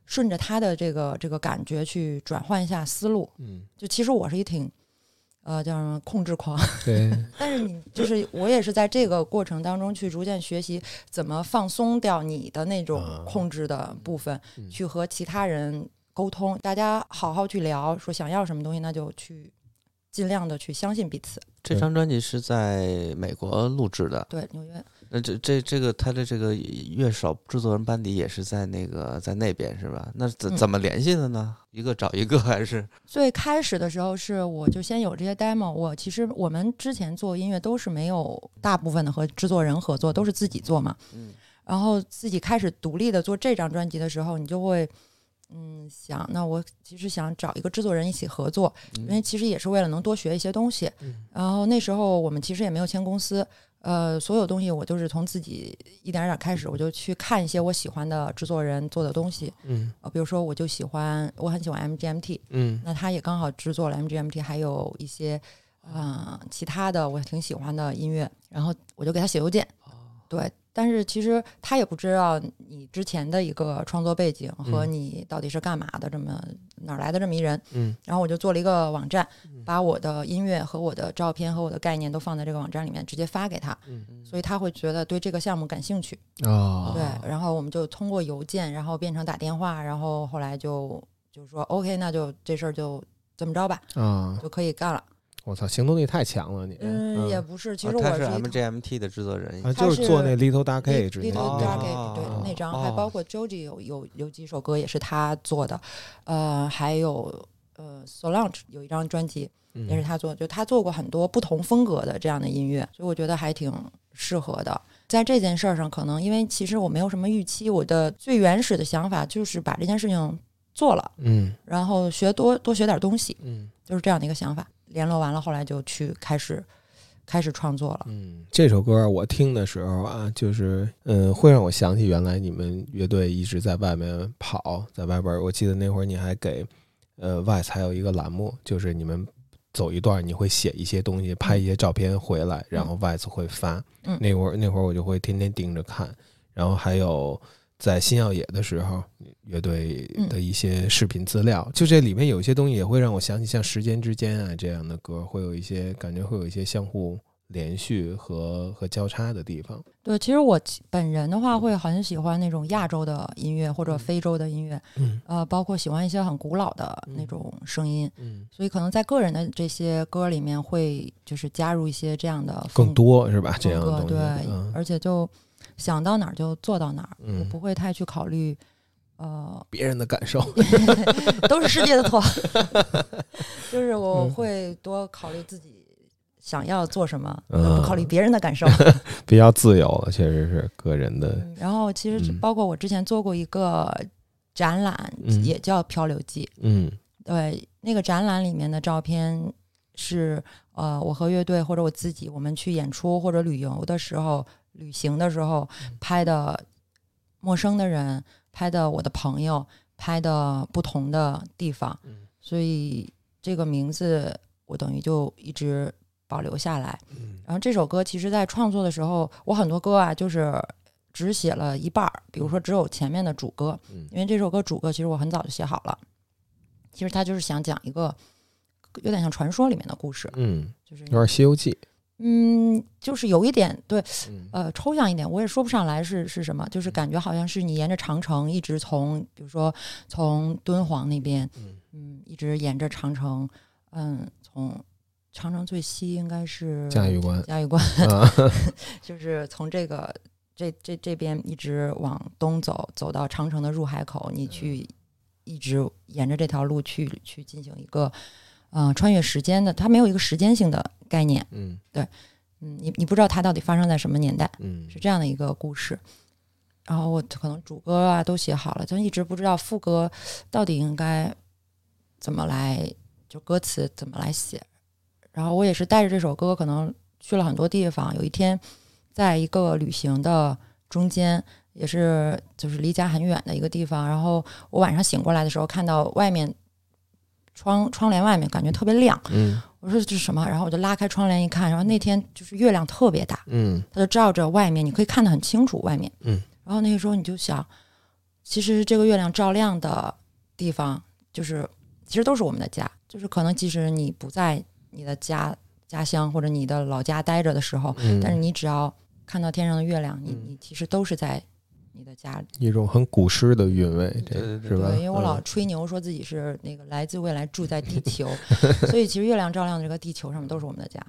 C: 顺着他的这个这个感觉去转换一下思路。
A: 嗯
C: 就其实我是一挺，呃，叫什么控制狂，
A: 对，
C: 但是你就是我也是在这个过程当中去逐渐学习怎么放松掉你的那种
A: 啊
C: 控制的部分，
A: 嗯
C: 去和其他人沟通，大家好好去聊，说想要什么东西，那就去尽量的去相信彼此。
B: 这张专辑是在美国录制的，
C: 对，纽约，
B: 那这这这个他的这个乐手制作人班底也是在那个在那边是吧？那怎
C: 嗯
B: 怎么联系的呢？一个找一个还是
C: 最开始的时候是我就先有这些 demo，我其实我们之前做音乐都是没有大部分的和制作人合作，都是自己做嘛。
B: 嗯
C: 然后自己开始独立的做这张专辑的时候，你就会。嗯，想那我其实想找一个制作人一起合作，因为其实也是为了能多学一些东西。然后那时候我们其实也没有签公司，呃，所有东西我都是从自己一点点开始，我就去看一些我喜欢的制作人做的东西，
A: 嗯
C: 呃，比如说我就喜欢，我很喜欢 MGMT，
A: 嗯
C: 那他也刚好制作了 MGMT，还有一些啊、呃其他的我挺喜欢的音乐，然后我就给他写邮件，
A: 哦
C: 对，但是其实他也不知道你之前的一个创作背景和
A: 嗯
C: 你到底是干嘛的，这么哪儿来的这么一人，
A: 嗯
C: 然后我就做了一个网站，把我的音乐和我的照片和我的概念都放在这个网站里面，直接发给他，
A: 嗯
C: 所以他会觉得对这个项目感兴趣。
A: 哦，
C: 对，然后我们就通过邮件，然后变成打电话，然后后来就就说 OK，那就这事儿就这么着吧，
A: 啊，
C: 就可以干了。
A: 我操，行动力太强了你。
C: 嗯，也不是，其实
B: 啊他
C: 我
B: 是
C: 一头
B: MGMT 的制作人，
A: 啊，
C: 他
A: 就是
C: 是
A: 做那 Little Dark
C: Lit-
A: Age 之前那
C: Little
A: 个
C: Dark Age 对
B: 哦
C: 那张，还
B: 哦
C: 包括 Joji 有有有几首歌也是他做的，呃，还有呃 Solange 有一张专辑
A: 嗯
C: 也是他做，就他做过很多不同风格的这样的音乐，所以我觉得还挺适合的。在这件事儿上，可能因为其实我没有什么预期，我的最原始的想法就是把这件事情做了，
A: 嗯
C: 然后学多多学点东西，
A: 嗯
C: 就是这样的一个想法。联络完了，后来就去开始开始创作了。
A: 嗯，这首歌我听的时候啊，就是嗯，会让我想起原来你们乐队一直在外面跑，在外边儿。我记得那会儿你还给呃 Vice 还有一个栏目，就是你们走一段，你会写一些东西，拍一些照片回来，然后 Vice 会发。
C: 嗯
A: 那会儿那会儿我就会天天盯着看，然后还有。在新耀野的时候，乐队的一些视频资料，就这里面有一些东西也会让我想起像《时间之间》啊这样的歌，会有一些感觉，会有一些相互连续和和交叉的地方。
C: 对，其实我其本人的话会很喜欢那种亚洲的音乐或者非洲的音乐，
A: 嗯
C: 呃，包括喜欢一些很古老的那
A: 嗯
C: 种声音，
A: 嗯，
C: 所以可能在个人的这些歌里面会就是加入一些这样的
A: 更
C: 风
A: 多是吧？这
C: 风
A: 样的
C: 格，
A: 东西，
C: 对，
A: 嗯
C: 而且就想到哪儿就做到哪儿，我
A: 嗯
C: 不会太去考虑，呃，
A: 别人的感受。
C: 都是世界的错， 就是
A: 嗯
C: 我会多考虑自己想要做什么，
A: 嗯
C: 不考虑别人的感受。
A: 比较自由了，确实是个人的。
C: 嗯然后其实
A: 嗯
C: 包括我之前做过一个展览，
A: 嗯
C: 也叫《漂流记》。
A: 嗯
C: 对，呃那个展览里面的照片是呃，我和乐队或者我自己，我们去演出或者旅游的时候、旅行的时候拍的陌生的人，拍的我的朋友，拍的不同的地方
A: 嗯。
C: 所以这个名字我等于就一直保留下来。
A: 嗯
C: 然后这首歌其实在创作的时候，我很多歌啊，就是只写了一半儿，比如说只有前面的主歌，
A: 嗯
C: 因为这首歌主歌其实我很早就写好了。其实它就是想讲一个有点像传说里面的故事，
A: 嗯，
C: 就是
A: 有点《西游记
C: 嗯，就是有一点对，》。
A: 嗯
C: 呃，抽象一点，我也说不上来是是什么，就是感觉好像是你沿着长城一直从，比如说从敦煌那边，
A: 嗯
C: 嗯，一直沿着长城，嗯，从长城最西应该是
A: 嘉峪关
C: 嘉峪关。
A: 啊，
C: 就是从这个这这这边一直往东走，走到长城的入海口，你去一直沿着这条路去去进行一个呃穿越时间的，它没有一个时间性的概念，
A: 嗯
C: 嗯，你你不知道它到底发生在什么年代，
A: 嗯
C: 是这样的一个故事。然后我可能主歌啊都写好了，但一直不知道副歌到底应该怎么来，就歌词怎么来写。然后我也是带着这首歌，可能去了很多地方。有一天，在一个旅行的中间，也是就是离家很远的一个地方，然后我晚上醒过来的时候，看到外面窗窗帘外面感觉特别亮，
A: 嗯
C: 我说这是什么？然后我就拉开窗帘一看，然后那天就是月亮特别大，
A: 嗯
C: 它就照着外面，你可以看得很清楚外面。
A: 嗯，
C: 然后那个时候你就想，其实这个月亮照亮的地方，就是其实都是我们的家，就是可能即使你不在你的家家乡或者你的老家待着的时候，
A: 嗯，
C: 但是你只要看到天上的月亮，你你其实都是在你的家里。
A: 一种很古诗的韵味，这
B: 对对对
A: 是吧？
C: 对，因为我老
A: 嗯
C: 吹牛说自己是那个来自未来，住在地球， 所以其实月亮照亮这个地球上面都是我们的家。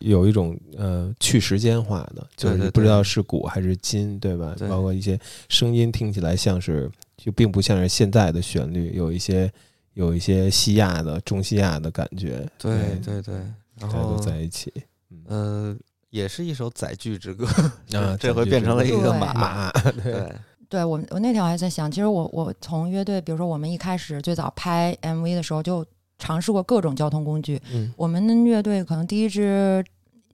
A: 有一种呃去时间化的，就
B: 对
A: 是
B: 对
A: 不知
B: 对
A: 道是古还是今，对吧？
B: 对
A: 包括一些声音听起来像是，就并不像是现在的旋律，有一些有一些西亚的、中西亚的感觉，
B: 对
A: 嗯
B: 对对，然
A: 大家都
B: 后
A: 在一起。
B: 呃，也是一首载具之歌，
A: 啊，
B: 这回
A: 咱
B: 变
A: 就
B: 成了一
A: 是
B: 个
C: 对
B: 马，
A: 马，
B: 对
C: 对我，我那天我还在想，其实我我从乐队，比如说我们一开始最早拍 MV 的时候，就尝试过各种交通工具。
A: 嗯
C: 我们的乐队可能第一支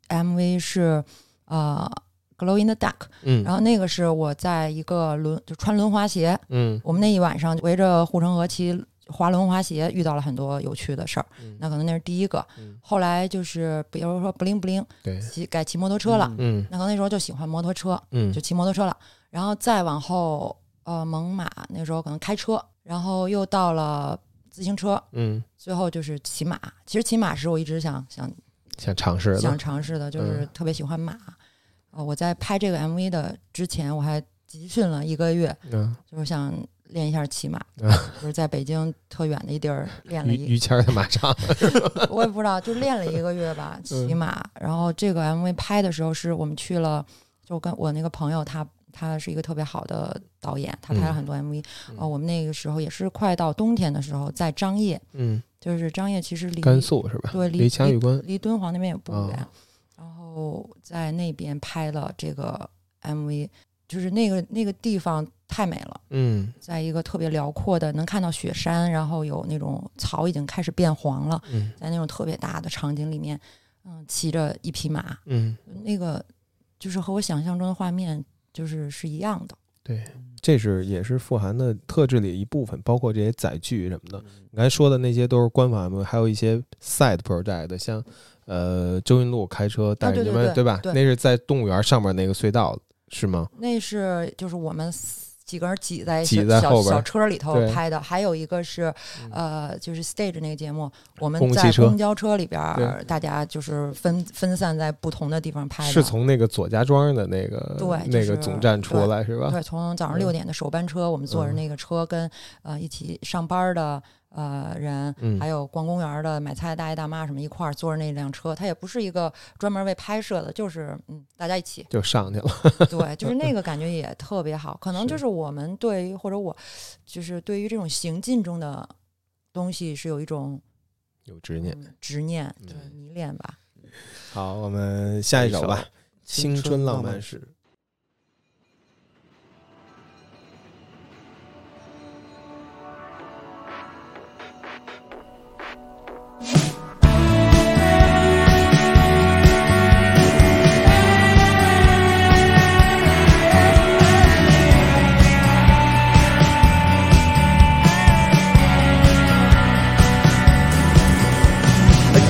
C: MV 是呃《Glow in the Dark》，
A: 嗯，
C: 然后那个是我在一个轮就穿轮滑鞋，
A: 嗯，
C: 我们那一晚上围着护城河骑滑轮滑鞋，遇到了很多有趣的事儿。
A: 嗯
C: 那可能那是第一个。
A: 嗯
C: 后来就是比如说 bling bling
A: 对，
C: 骑改骑摩托车了，
A: 嗯
C: 那可能那时候就喜欢摩托车，
A: 嗯
C: 就骑摩托车了。然后再往后，呃，猛犸那时候可能开车，然后又到了自行车，
A: 嗯，
C: 最后就是骑马。其实骑马是我一直想想
A: 想尝试
C: 想
A: 的，
C: 尝试的，就是
A: 嗯
C: 特别喜欢马。呃，我在拍这个 MV 的之前，我还集训了一个月，
A: 嗯，
C: 就是想练一下 骑马，
A: 啊
C: 就是在北京特远的一地儿练了一
A: 于于谦儿的马 场，
C: 我也不知道，就练了一个月吧，
A: 嗯
C: 骑马。然后这个 MV 拍的时候，是我们去了，就跟我那个朋友他。他是一个特别好的导演，他拍了
A: 嗯
C: 很多 MV、
A: 嗯
C: 哦，我们那个时候也是快到冬天的时候，在张掖，
A: 嗯，
C: 就是张掖其实离
A: 甘肃是吧？
C: 对离
A: 离强
C: 离
A: 玉关，
C: 离敦煌那边也不
A: 哦
C: 远，然后在那边拍了这个 MV，就是那个那个地方太美了，
A: 嗯
C: 在一个特别辽阔的，能看到雪山，然后有那种草已经开始变黄了，
A: 嗯
C: 在那种特别大的场景里面，嗯，骑着一匹马，
A: 嗯，
C: 那个就是和我想象中的画面就是是一样的。
A: 对，这是也是富含的特质里的一部分，包括这些载具什么的。
C: 嗯
A: 你刚才说的那些都是官方 MV，还有一些 side project，像呃周云路开车带着
C: 啊对
A: 你
C: 对
A: 们、
C: 对
A: 吧？
C: 对
A: 那是在动物园上面那个隧道是吗？
C: 那是就是我们四几个人挤在
A: 挤
C: 小
A: 在后
C: 小
A: 边
C: 小车里头
A: 对
C: 拍的，还有一个是呃，就是 stage 那个节目，我们
A: 公共汽
C: 在
A: 车
C: 公交车里边儿
A: 对，
C: 大家就是分分散在不同的地方拍的。
A: 是从那个左家庄的那个
C: 对
A: 那
C: 就
A: 个
C: 是
A: 总站出来是吧？
C: 对，从早
A: 嗯
C: 上六点的首班车，我们坐着
A: 嗯
C: 那个车跟呃一起上班的呃人，
A: 嗯，
C: 还有逛公园的买菜的大爷大妈什么一块儿坐着那辆车，它也不是一个专门为拍摄的，就是嗯大家一起
A: 就上去了。
C: 对，就是那个感觉也特别好。可能
A: 是
C: 就是我们对于或者我就是对于这种行进中的东西是有一种
A: 有执念。
C: 嗯执念，
A: 嗯
C: 对迷恋吧。
A: 好，我们下一首吧，《青春浪漫史》。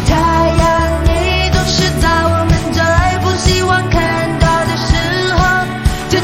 D: 太阳，你总是在我们这里不希望看到的事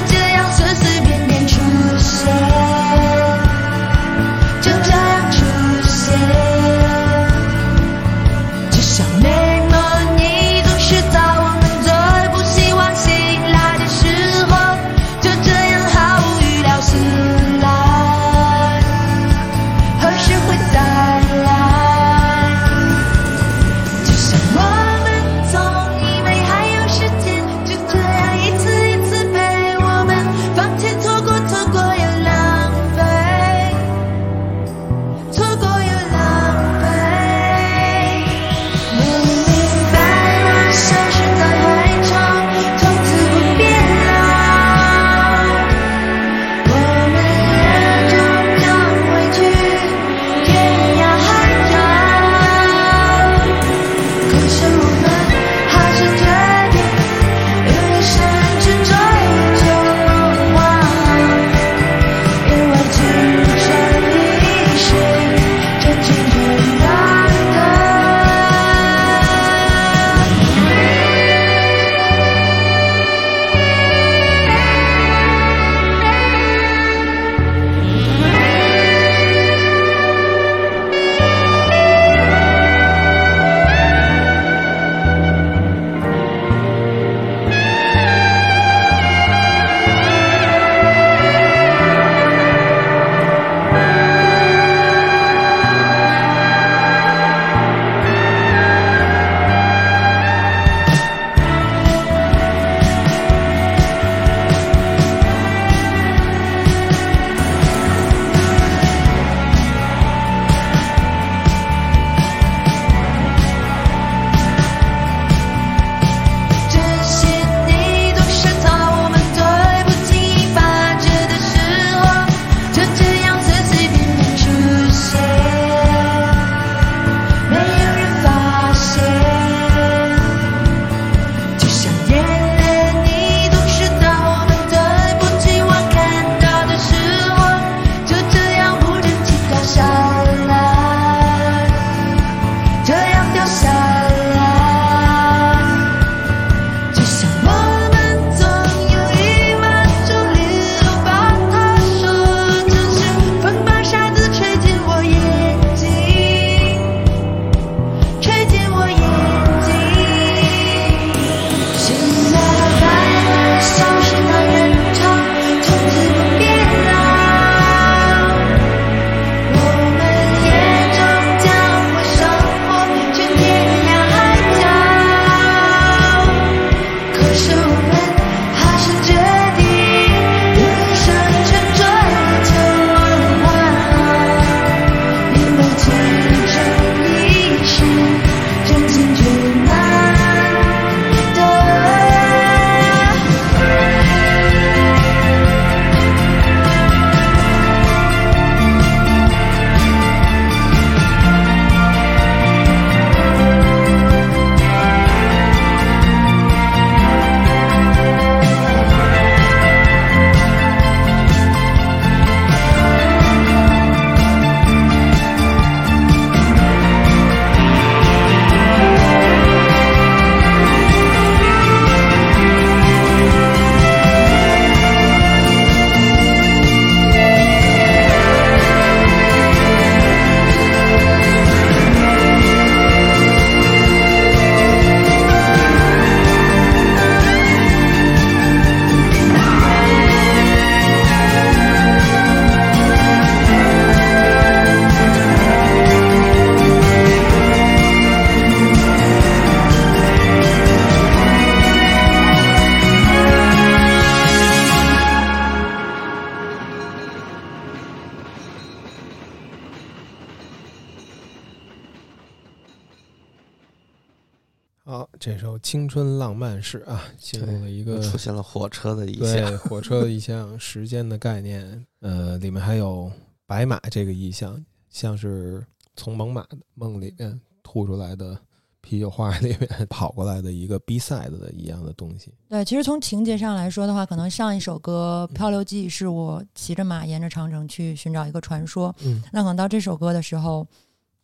A: 好，这首《青春浪漫史》啊，进入了一个
B: 出现了火车的意
A: 对
B: 象，
A: 火车的意象、时间的概念，呃，里面还有白马这个意象，像是从猛犸的梦里面吐出来的啤酒花里面 跑过来的一个比赛的一样的东西。
C: 对，其实从情节上来说的话，可能上一首歌《漂流记》是我骑着马沿着长城去寻找一个传说，
A: 嗯
C: 那可能到这首歌的时候，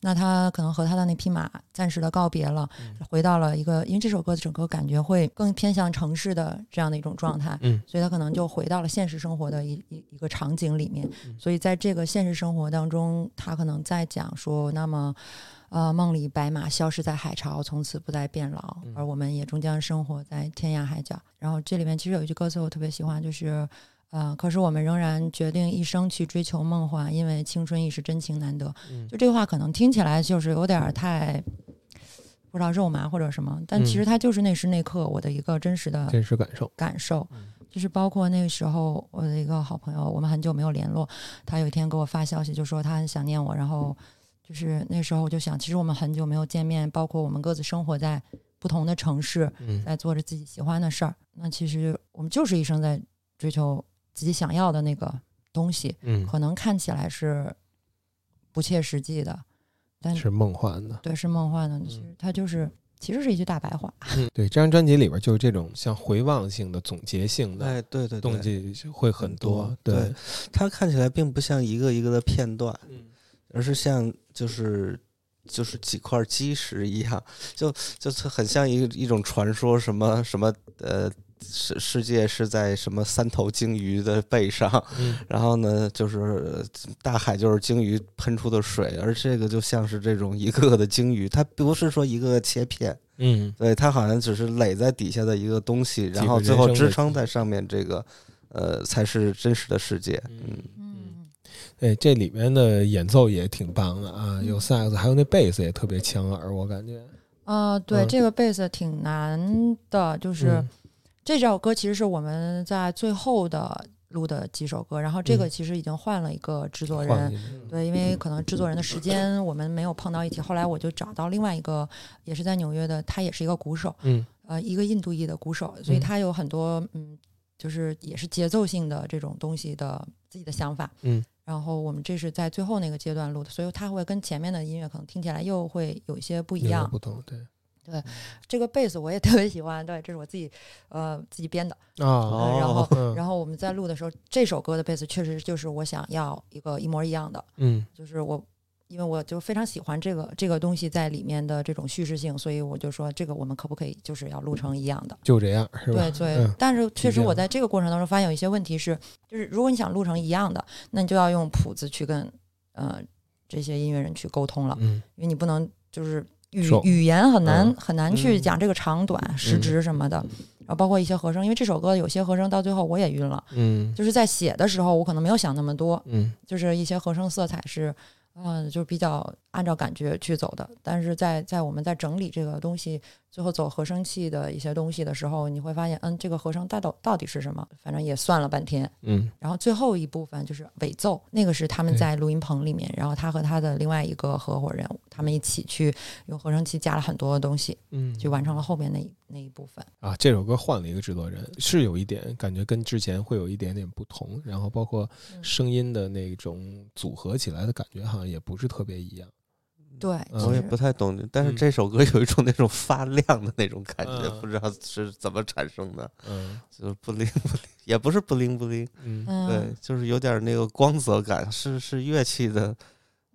C: 那他可能和他的那匹马暂时的告别了，回到了一个，因为这首歌的整个感觉会更偏向城市的这样的一种状态，
A: 嗯，
C: 所以他可能就回到了现实生活的一一一个场景里面。所以在这个现实生活当中，他可能在讲说，那么。呃，梦里白马消失在海潮，从此不再变老，而我们也终将生活在天涯海角。然后这里面其实有一句歌词我特别喜欢，就是呃，可是我们仍然决定一生去追求梦幻，因为青春亦是真情难得。
A: 嗯
C: 就这话可能听起来就是有点儿太不知道肉麻或者什么，但其实它就是那时那刻我的一个真实的
A: 真实感受。
C: 感受。就是包括那个时候，我的一个好朋友，我们很久没有联络，他有一天给我发消息，就说他很想念我。然后就是那时候我就想，其实我们很久没有见面，包括我们各自生活在不同的城市，
A: 嗯
C: 在做着自己喜欢的事儿。那其实我们就是一生在追求自己想要的那个东西，
A: 嗯，
C: 可能看起来是不切实际的，但
A: 是梦幻的。
C: 对是梦幻的。其实它就是其实是一句大白话。
B: 嗯
A: 对，这张专辑里边就是这种像回望性的、总结性的
B: 哎，对对
A: 东
B: 对，
A: 西会很多
B: 很。多对，它看起来并不像一个一个的片段，
A: 嗯
B: 而是像就是就是几块基石一样， 就就是很像一一种传说，什么什么呃。世世界是在什么三头鲸鱼的背上，
A: 嗯
B: 然后呢，就是呃大海就是鲸鱼喷出的水，而这个就像是这种一个个的鲸鱼，它不是说一个个切片，
A: 嗯
B: 对，它好像只是垒在底下的一个东西，然后
A: 几
B: 最
A: 个人
B: 后
A: 生的
B: 支撑在上面，这个呃才是真实的世界。嗯
A: 嗯，哎，这里面的演奏也挺棒的啊，
B: 嗯
A: 有萨克斯，还有那贝斯也特别抢耳，我感觉。
C: 啊、对，
A: 嗯
C: 这个贝斯挺难的，就是、
A: 嗯
C: 这首歌其实是我们在最后的录的几首歌，然后这个
A: 嗯
C: 其实已经换了一个制作人
A: 换，了一个
C: 对，因为可能制作人的时间我们没有碰到一起，后来我就找到另外一个也是在纽约的，他也是一个鼓手，
A: 嗯
C: 呃，一个印度裔的鼓手，所以
A: 嗯
C: 他有很多嗯，就是也是节奏性的这种东西的自己的想法，
A: 嗯。
C: 然后我们这是在最后那个阶段录的，所以他会跟前面的音乐可能听起来又会有一些不一
A: 有点
C: 样。
A: 不同，对
C: 这个贝斯我也特别喜欢，对，这是我自己呃自己编的。
A: 啊，
C: 然后
A: 嗯
C: 然后我们在录的时候，这首歌的贝斯确实就是我想要一个一模一样的，
A: 嗯
C: 就是我因为我就非常喜欢这个这个东西在里面的这种叙事性，所以我就说这个我们可不可以就是要录成一样的？
A: 就这样是吧？
C: 对对，
A: 嗯
C: 但是
A: 是
C: 确
A: 这
C: 实我
A: 样
C: 在这个过程当中发现有一些问题是，就是如果你想录成一样的，那你就要用谱子去跟呃这些音乐人去沟通了，
A: 嗯
C: 因为你不能就是语
A: 说
C: 语言很难、
A: 嗯
C: 很难去讲这个长短、时值什么的，然后包括一些和声，因为这首歌有些和声到最后我也晕了，
A: 嗯
C: 就是在写的时候我可能没有想那么多，
A: 嗯
C: 就是一些和声色彩是，嗯、就比较按照感觉去走的。但是在在我们在整理这个东西，最后走和声器的一些东西的时候，你会发现，嗯，这个和声大到到底是什么？反正也算了半天。
A: 嗯
C: 然后最后一部分就是尾奏，那个是他
B: 嗯
C: 们
A: 对
C: 在录音棚里面，然后他和他的另外一个合伙人，他们一起去用合声器加了很多东西，
A: 嗯，
C: 去完成了后面那一那一部分。
A: 啊，这首歌换了一个制作人，是有一点感觉跟之前会有一点点不同，然后包括
C: 嗯
A: 声音的那种组合起来的感觉，好像也不是特别一样。
C: 对，
A: 嗯
C: 其
B: 我也
C: 实
B: 不太懂，但是
A: 嗯
B: 这首歌有一种那种发亮的那种感觉，
A: 嗯
B: 不知道是怎么产生的，
A: 嗯
B: 就是不灵不灵，也不是不灵不灵，
A: 嗯
B: 对
C: 嗯，，
B: 就是有点那个光泽感，是是乐器的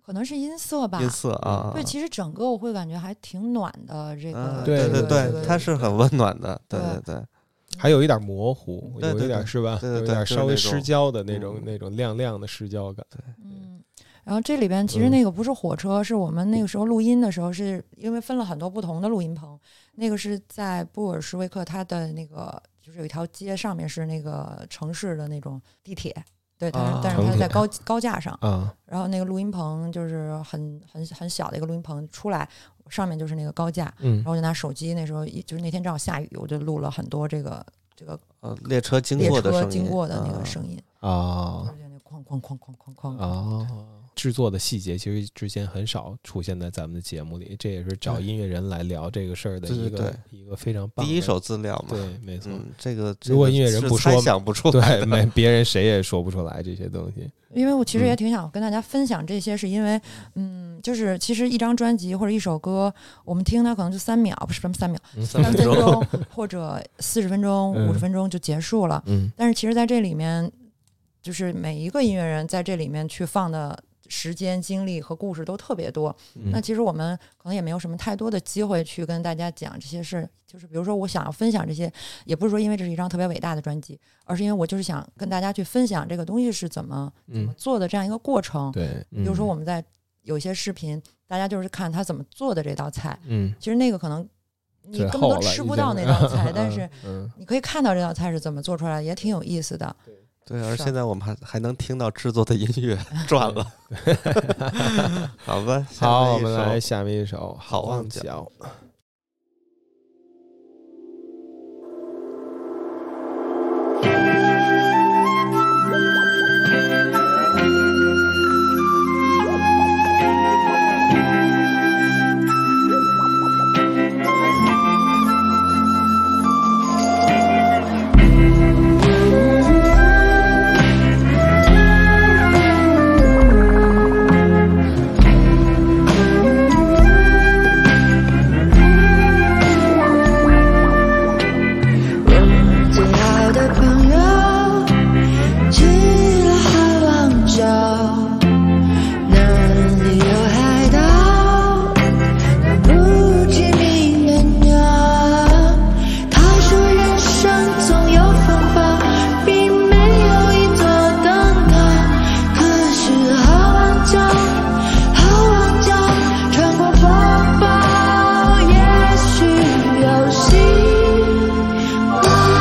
C: 可能是音色吧。嗯
B: 音色啊。
C: 对，其实整个我会感觉还挺暖的，这个
B: 嗯，
A: 对
B: 对
A: 对对
B: 对，它是很温暖的，对
C: 对
B: 对对，
A: 还有一点模糊，
B: 对
A: 有
B: 对
A: 一点
B: 对
A: 是吧？
B: 对
A: 有
B: 对
A: 一
B: 对
A: 点
B: 就是
A: 稍微
B: 那种
A: 失焦的那种
B: 嗯
A: 那种亮亮的失焦感。
C: 嗯，然后这里边其实
A: 嗯
C: 那个不是火车，是我们
B: 嗯
C: 那个时候录音的时候，是因为分了很多不同的录音棚。那个是在布尔什维克，它的那个就是有一条街上面是那个城市的那种地铁，对，但是、
B: 啊
C: 但是
A: 城
C: 它在
A: 铁
C: 高高架上，
A: 啊，
C: 然后那个录音棚就是很很很小的一个录音棚，出来上面就是那个高架，
A: 嗯
C: 然后我就拿手机，那时候一就是那天正好下雨，我就录了很多这个这个
B: 呃，列车经
C: 列
B: 过的
C: 车
B: 声音，啊
C: 经过的那个
B: 嗯
C: 声音，
A: 啊
C: 就那哐哐哐哐哐哐，
A: 啊，制作的细节，其实之前很少出现在咱们的节目里。这也是找
B: 对
A: 音乐人来聊这个事儿的
B: 对对
A: 一个一个非常棒
B: 第
A: 的
B: 一手资料嘛。
A: 对，没错，
B: 嗯，这个
A: 如果音乐人不说
B: 猜想不出来
A: 对，
B: 的，
A: 没 别人谁也说不出来这些东西。
C: 因为我其实也
A: 嗯
C: 挺想跟大家分享这些，是因为，嗯，就是其实一张专辑或者一首歌，我们听它可能就三秒，不是什么三秒，
A: 嗯
B: 三
C: 三
B: 分
C: 分
B: 钟嗯
C: 钟或者四十分钟、五十分钟就结束了。
A: 嗯
C: 但是其实在这里面，就是每一个音乐人在这里面去放的时间、精力和故事都特别多。
A: 嗯
C: 那其实我们可能也没有什么太多的机会去跟大家讲这些事。就是比如说，我想要分享这些，也不是说因为这是一张特别伟大的专辑，而是因为我就是想跟大家去分享这个东西是怎么怎么
A: 嗯，
C: 做的这样一个过程。
A: 对，嗯比
C: 比如说我们在有一些视频，大家就是看他怎么做的这道菜，
A: 嗯，
C: 其实那个可能你
A: 最
C: 根本
A: 后
C: 都
A: 了
C: 吃
A: 已经，
C: 不到那道 菜但是
A: 嗯
C: 你可以看到这道菜是怎么做出来的，也挺有意思的。
B: 对，而
C: 是啊
B: 现在我们还还能听到制作的音 乐，赚了。好吧，下面
A: 好，
B: 一
A: 我们
B: 首
A: 来下面一首《
B: 好望
A: 望
B: 角
A: 角》。
D: 最好的朋友去了好望角，那里有海岛，有不知名的鸟。他说人生总有风暴，并没有一座灯塔。可是好望角，好望角，穿过风暴，也许有希望。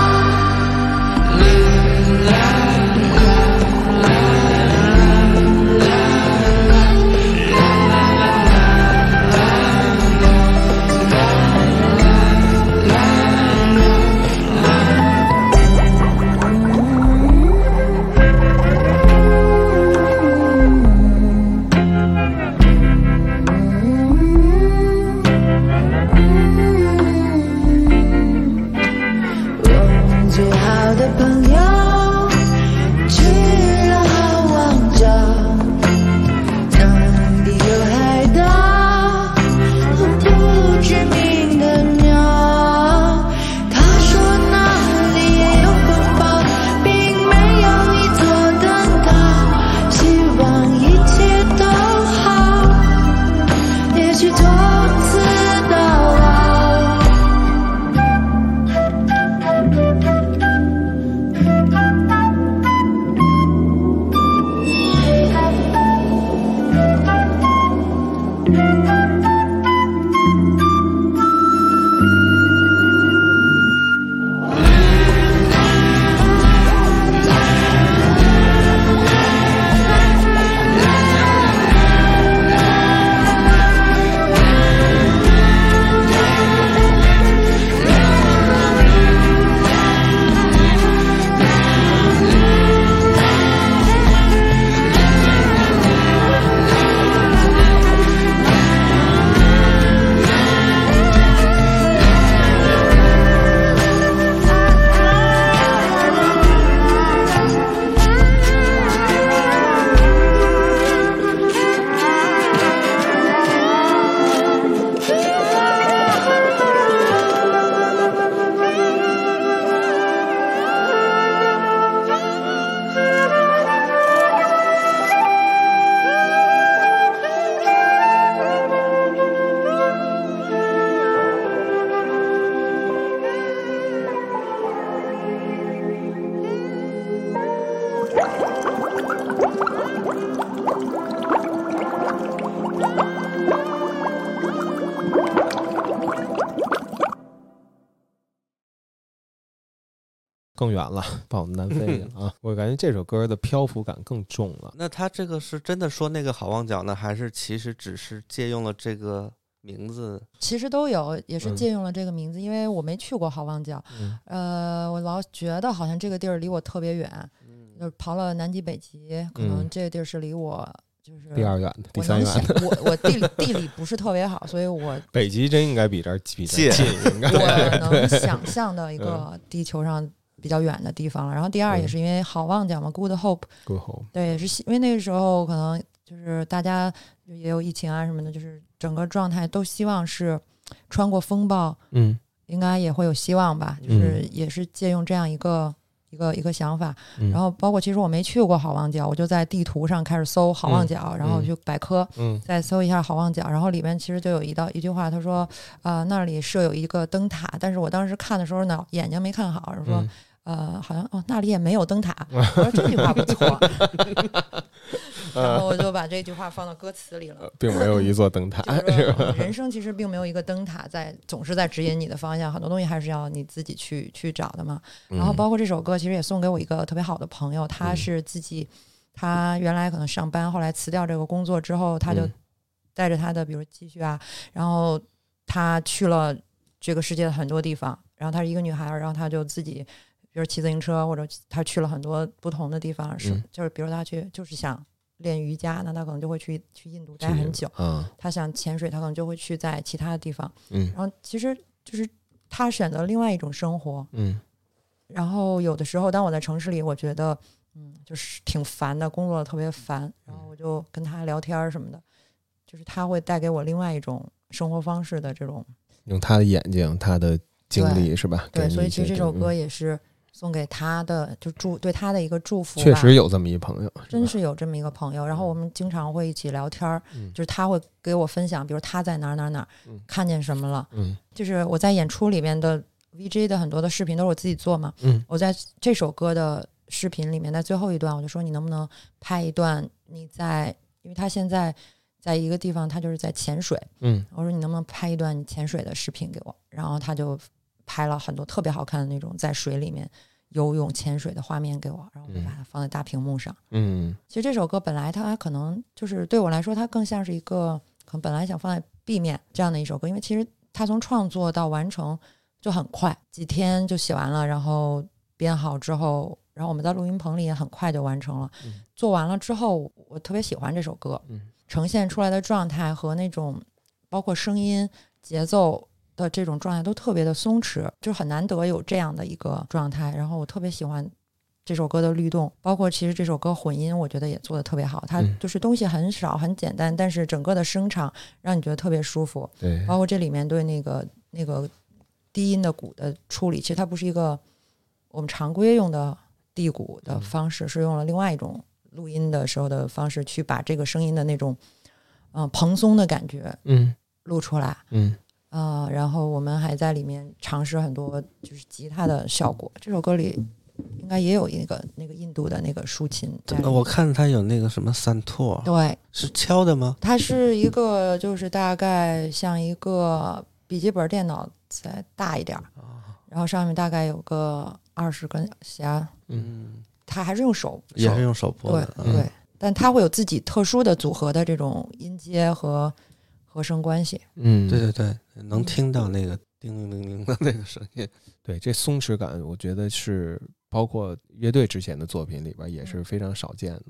D: 我最好的朋友去了好望角，那里有海岛和不知名的鸟。他说那里也有风暴，并没有一座灯塔，希望一切都好，也许从此到老。
A: 更远了，跑南 非去了啊！我感觉这首歌的漂浮感更重了。
B: 那他这个是真的说那个好望角呢，还是其实只是借用了这个名字？
C: 其实都有，也是
A: 嗯
C: 借用了这个名字，因为我没去过好望角，
A: 嗯
C: 呃，我老觉得好
B: 嗯
C: 像这个地儿离我特别远，就是刨了南极、北极，可能
A: 嗯
C: 这个地儿是离我就是
E: 第二远的，第
C: 我
E: 三
C: 能
E: 远
C: 想
E: 的，
C: 我我地理地理不是特别好，所 以我
A: 北极真应该比这儿比这儿
B: 近
A: 近，应该
C: 我能想
E: 嗯
C: 象到一个地球上比较远的地方了。然后第二也
A: 嗯
C: 是因为好望角嘛，Good Hope，
A: Good home
C: 对，也是希因为那个时候可能就是大家也有疫情啊什么的，就是整个状态都希望是穿过风暴，
A: 嗯
C: 应该也会有希望吧。就是也是借用这样一个。一个一个想法，
A: 嗯
C: 然后包括其实我没去过好望角，我就在地图上开始搜好望角，然后我去百科，
A: 嗯
C: 再搜一下好望角，然后里面其实就有一道一句话，他说啊、呃那里设有一个灯塔，但是我当时看的时候呢，眼睛没看好，然后说、
A: 嗯
C: 呃好像哦那里也没有灯塔，我说这句话不 错， 然后我就把这句话放到歌词里了。
A: 并没有一座灯塔，
C: 就是说，人生其实并没有一个灯塔在，总是在指引你的方向，很多东西还是要你自己去去找的嘛。然后包括这首歌，其实也送给我一个特别好的朋友，他
A: 嗯
C: 是自己，他原来可能上班，后来辞掉这个工作之后，他就
A: 嗯
C: 带着他的，比如积蓄啊，然后他去了这个世界的很多地方。然后她是一个女孩儿，然后她就自己，比如骑自行车，或者她去了很多不同的地方，是、
A: 嗯
C: 就是比如她去就是想练瑜伽，那她可能就会去去印度待
A: 去
C: 很久。
A: 嗯
C: 她想潜水，她可能就会去在其他的地方。
A: 嗯
C: 然后其实就是她选择另外一种生活，
A: 嗯
C: 然后有的时候，当我在城市里，我觉得，嗯，就是挺烦的，工作特别烦。
A: 嗯
C: 然后我就跟他聊天儿什么的，就是他会带给我另外一种生活方式的这种
A: 用他的眼睛，他的经历是吧？
C: 对。
A: 给你
C: 所以
A: 一
C: 其实
A: 些
C: 这首
A: 种嗯
C: 歌也是送给他的，就祝对他的一个祝福吧。
A: 确实有这么一朋友，
C: 真
A: 吧
C: 是有这么一个朋友，然后我们经常会一起聊天儿，
A: 嗯
C: 就是他会给我分享，比如他在哪儿哪儿哪儿、
A: 嗯
C: 看见什么了，
A: 嗯
C: 就是我在演出里面的 VJ 的很多的视频都是我自己做嘛，
A: 嗯，
C: 我在这首歌的视频里面，在最后一段我就说你能不能拍一段你在，因为他现在在一个地方，他就是在潜水，
A: 嗯
C: 我说你能不能拍一段你潜水的视频给我，然后他就拍了很多特别好看的那种在水里面游泳潜水的画面给我，然后我就
A: 嗯
C: 把它放在大屏幕上。
A: 嗯
C: 其实这首歌本来它可能就是对我来说，它更像是一个可能本来想放在 B 面这样的一首歌，因为其实它从创作到完成就很快，几天就写完了，然后编好之后，然后我们在录音棚里也很快就完成了。
A: 嗯
C: 做完了之后，我特别喜欢这首歌，
A: 嗯
C: 呈现出来的状态和那种包括声音、节奏。的这种状态都特别的松弛，就很难得有这样的一个状态。然后我特别喜欢这首歌的律动，包括其实这首歌混音，我觉得也做的特别好。它
A: 嗯
C: 就是东西很少很简单，但是整个的声场让你觉得特别舒服。
A: 对
C: 包括这里面对那个那个低音的鼓的处理，其实它不是一个我们常规用的地鼓
A: 嗯
C: 的方式，是用了另外一种录音的时候的方式去把这个声音的那种嗯、呃蓬松的感觉
A: 嗯
C: 录出来。
A: 嗯
C: 啊、然后我们还在里面尝试很多就是吉他的效果。这首歌里应该也有一个那个印度的那个竖琴在里面，
B: 我看他有那个什么三拓，
C: 对，
B: 是敲的吗？
C: 它是一个就是大概像一个笔记本电脑再大一点儿，
B: 啊
C: 然后上面大概有个二十根弦，
B: 嗯，
C: 它还是用手，
B: 也是用手拨
C: 对
B: 的。嗯
C: 对，但它会有自己特殊的组合的这种音阶和和声关系。
A: 嗯，
B: 对对对，能听到那个叮铃铃铃的那个声音。
A: 对，这松弛感，我觉得是包括乐队之前的作品里边也
C: 嗯
A: 是非常少见的，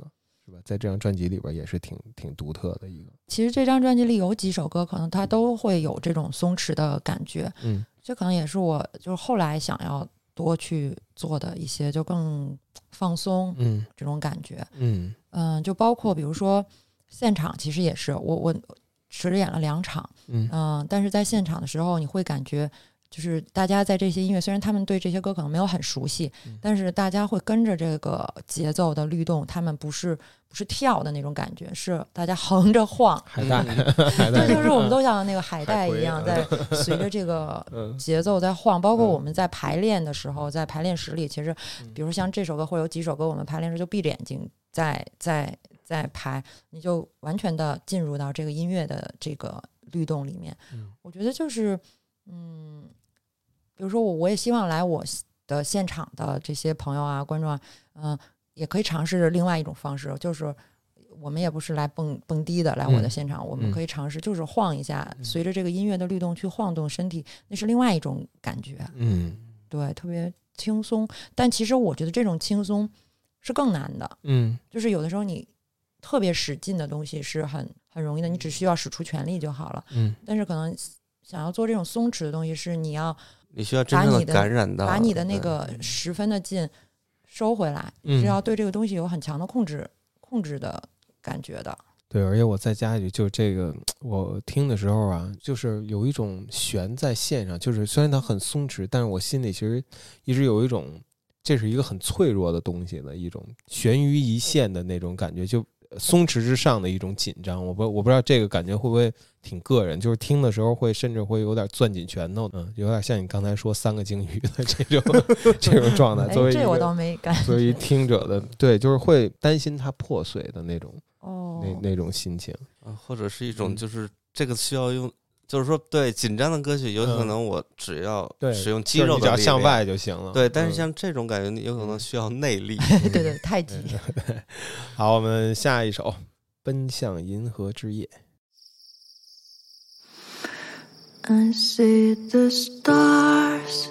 A: 是吧？在这张专辑里边也是挺挺独特的一个，
C: 其实这张专辑里有几首歌，可能它都会有这种松弛的感觉。
A: 嗯
C: 这可能也是我就是后来想要多去做的一些，就更放松
A: 嗯
C: 这种感觉。
A: 嗯
C: 嗯，就包括比如说现场，其实也是我我只演了两场，
A: 嗯
C: 嗯，但是在现场的时候，你会感觉就是大家在这些音乐，虽然他们对这些歌可能没有很熟悉，
A: 嗯
C: 但是大家会跟着这个节奏的律动，他们不是不是跳的那种感觉，是大家横 着晃，
A: 海带，海带，
C: 这就是我们都像那个海带一
A: 嗯葵
C: 样，
A: 嗯
C: 在 随着这个
A: 嗯
C: 节奏在晃。包括
A: 嗯
C: 我们在排练的时候，在排练室里，其实
A: 嗯
C: 比如像这首歌，或者有几首歌，我们排练时就闭着眼睛在在在排，你就完全的进入到这个音乐的这个律动里面
A: 嗯。
C: 我觉得就是，嗯，比如说我我也希望来我的现场的这些朋友啊、观众啊，嗯、也可以尝试另外一种方式，就是我们也不是来蹦蹦迪的，来我的
A: 嗯
C: 现场，我
A: 嗯
C: 们可以尝试就是晃一下，
A: 嗯
C: 随着这个音乐的律动去晃动身体，那是另外一种感觉，
A: 嗯
C: 对，特别轻松。但其实我觉得这种轻松是更难的，
A: 嗯
C: 就是有的时候你特别使劲的东西是很很容易的，你只需要使出全力就好了。
A: 嗯，
C: 但是可能想要做这种松弛的东西，是你要
B: 你需要真正
C: 把
B: 的
C: 你的
B: 感染到，
C: 把你的那
B: 对
C: 个十分的劲收回来，
A: 嗯
C: 是要对这个东西有很强的控制控制的感觉的。
A: 对，而且我再加一句，就是这个我听的时候啊，就是有一种悬在线上，就是虽然它很松弛，但是我心里其实一直有一种这是一个很脆弱的东西的一种悬于一线的那种感觉，就松弛之上的一种紧张。我不我不知道这个感觉会不会挺个人，就是听的时候会甚至会有点攥紧拳头，嗯，有点像你刚才说三个鲸鱼的这种 这种状态。
C: 哎
A: 作为，一
C: 这我
A: 个
C: 倒没感
A: 作为一听者的，对，就是会担心它破碎的那种
C: 哦，
A: 那那种心情。
B: 啊，或者是一
A: 嗯
B: 种就是这个需要用，就是说对紧张的歌曲，有可能我只要
A: 嗯对
B: 使用肌
A: 就是
B: 肉
A: 你
B: 的
A: 只要
B: 力
A: 向
B: 量，
A: 外就行了。
B: 对，但是
A: 嗯
B: 像这种感觉，你有可能需要内 力。
C: 对对对，太极。
A: 嗯好，我们下一首《奔向银河之夜》。
D: I see the stars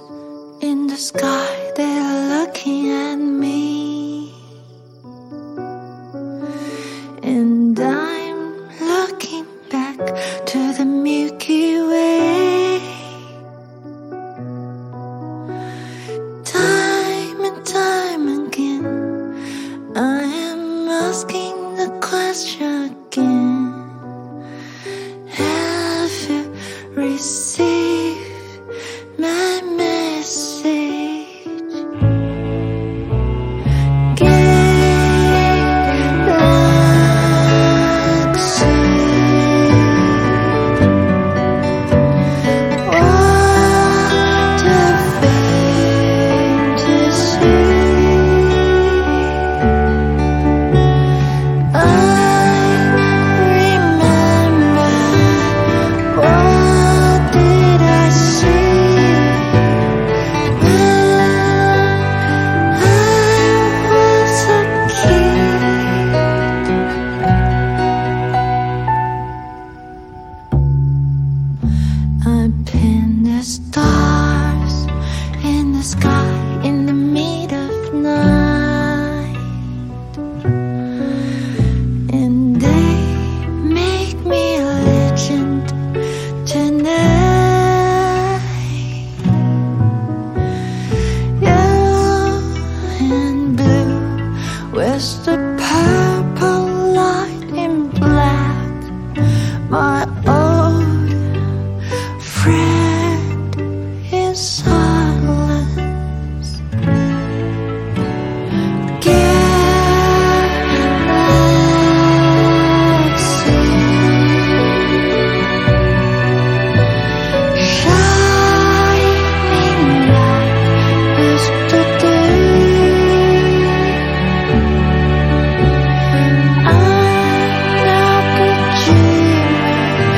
D: in the sky, they're looking at me. And I'm looking back to the Milky Way. Time and time again, I am asking the question again. Have you received my message? Galaxy, what a fantasy! I remember. What did I see? I was a kid. I pinned the stars in the sky in the middle of night, and they make me a legend. Tonight, yellow and blue, with the purple light in black, my old friend in silence. Galaxy. Shining light yesterday. I'm not a dreamer.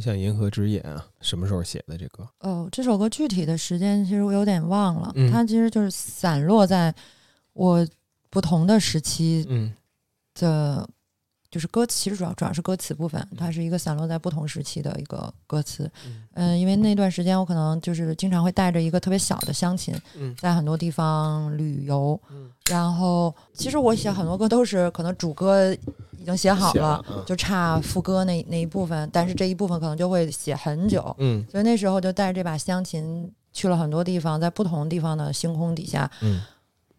A: 向银河之眼》啊，什么时候写的这歌？
C: 哦，这首歌具体的时间其实我有点忘了，
A: 嗯
C: 它其实就是散落在我不同的时期
A: 嗯
C: 的，就是歌词，其实主要主要是歌词部分，
A: 嗯
C: 它是一个散落在不同时期的一个歌词。嗯、因为那段时间我可能就是经常会带着一个特别小的钢琴，
A: 嗯
C: 在很多地方旅游，然后其实我写很多歌都是可能主歌已经写好
A: 写
C: 了
A: 了，嗯
C: 就差副歌那那一部分，但是这一部分可能就会写很久，
A: 嗯
C: 所以那时候就带着这把香琴去了很多地方，在不同地方的星空底下
A: 嗯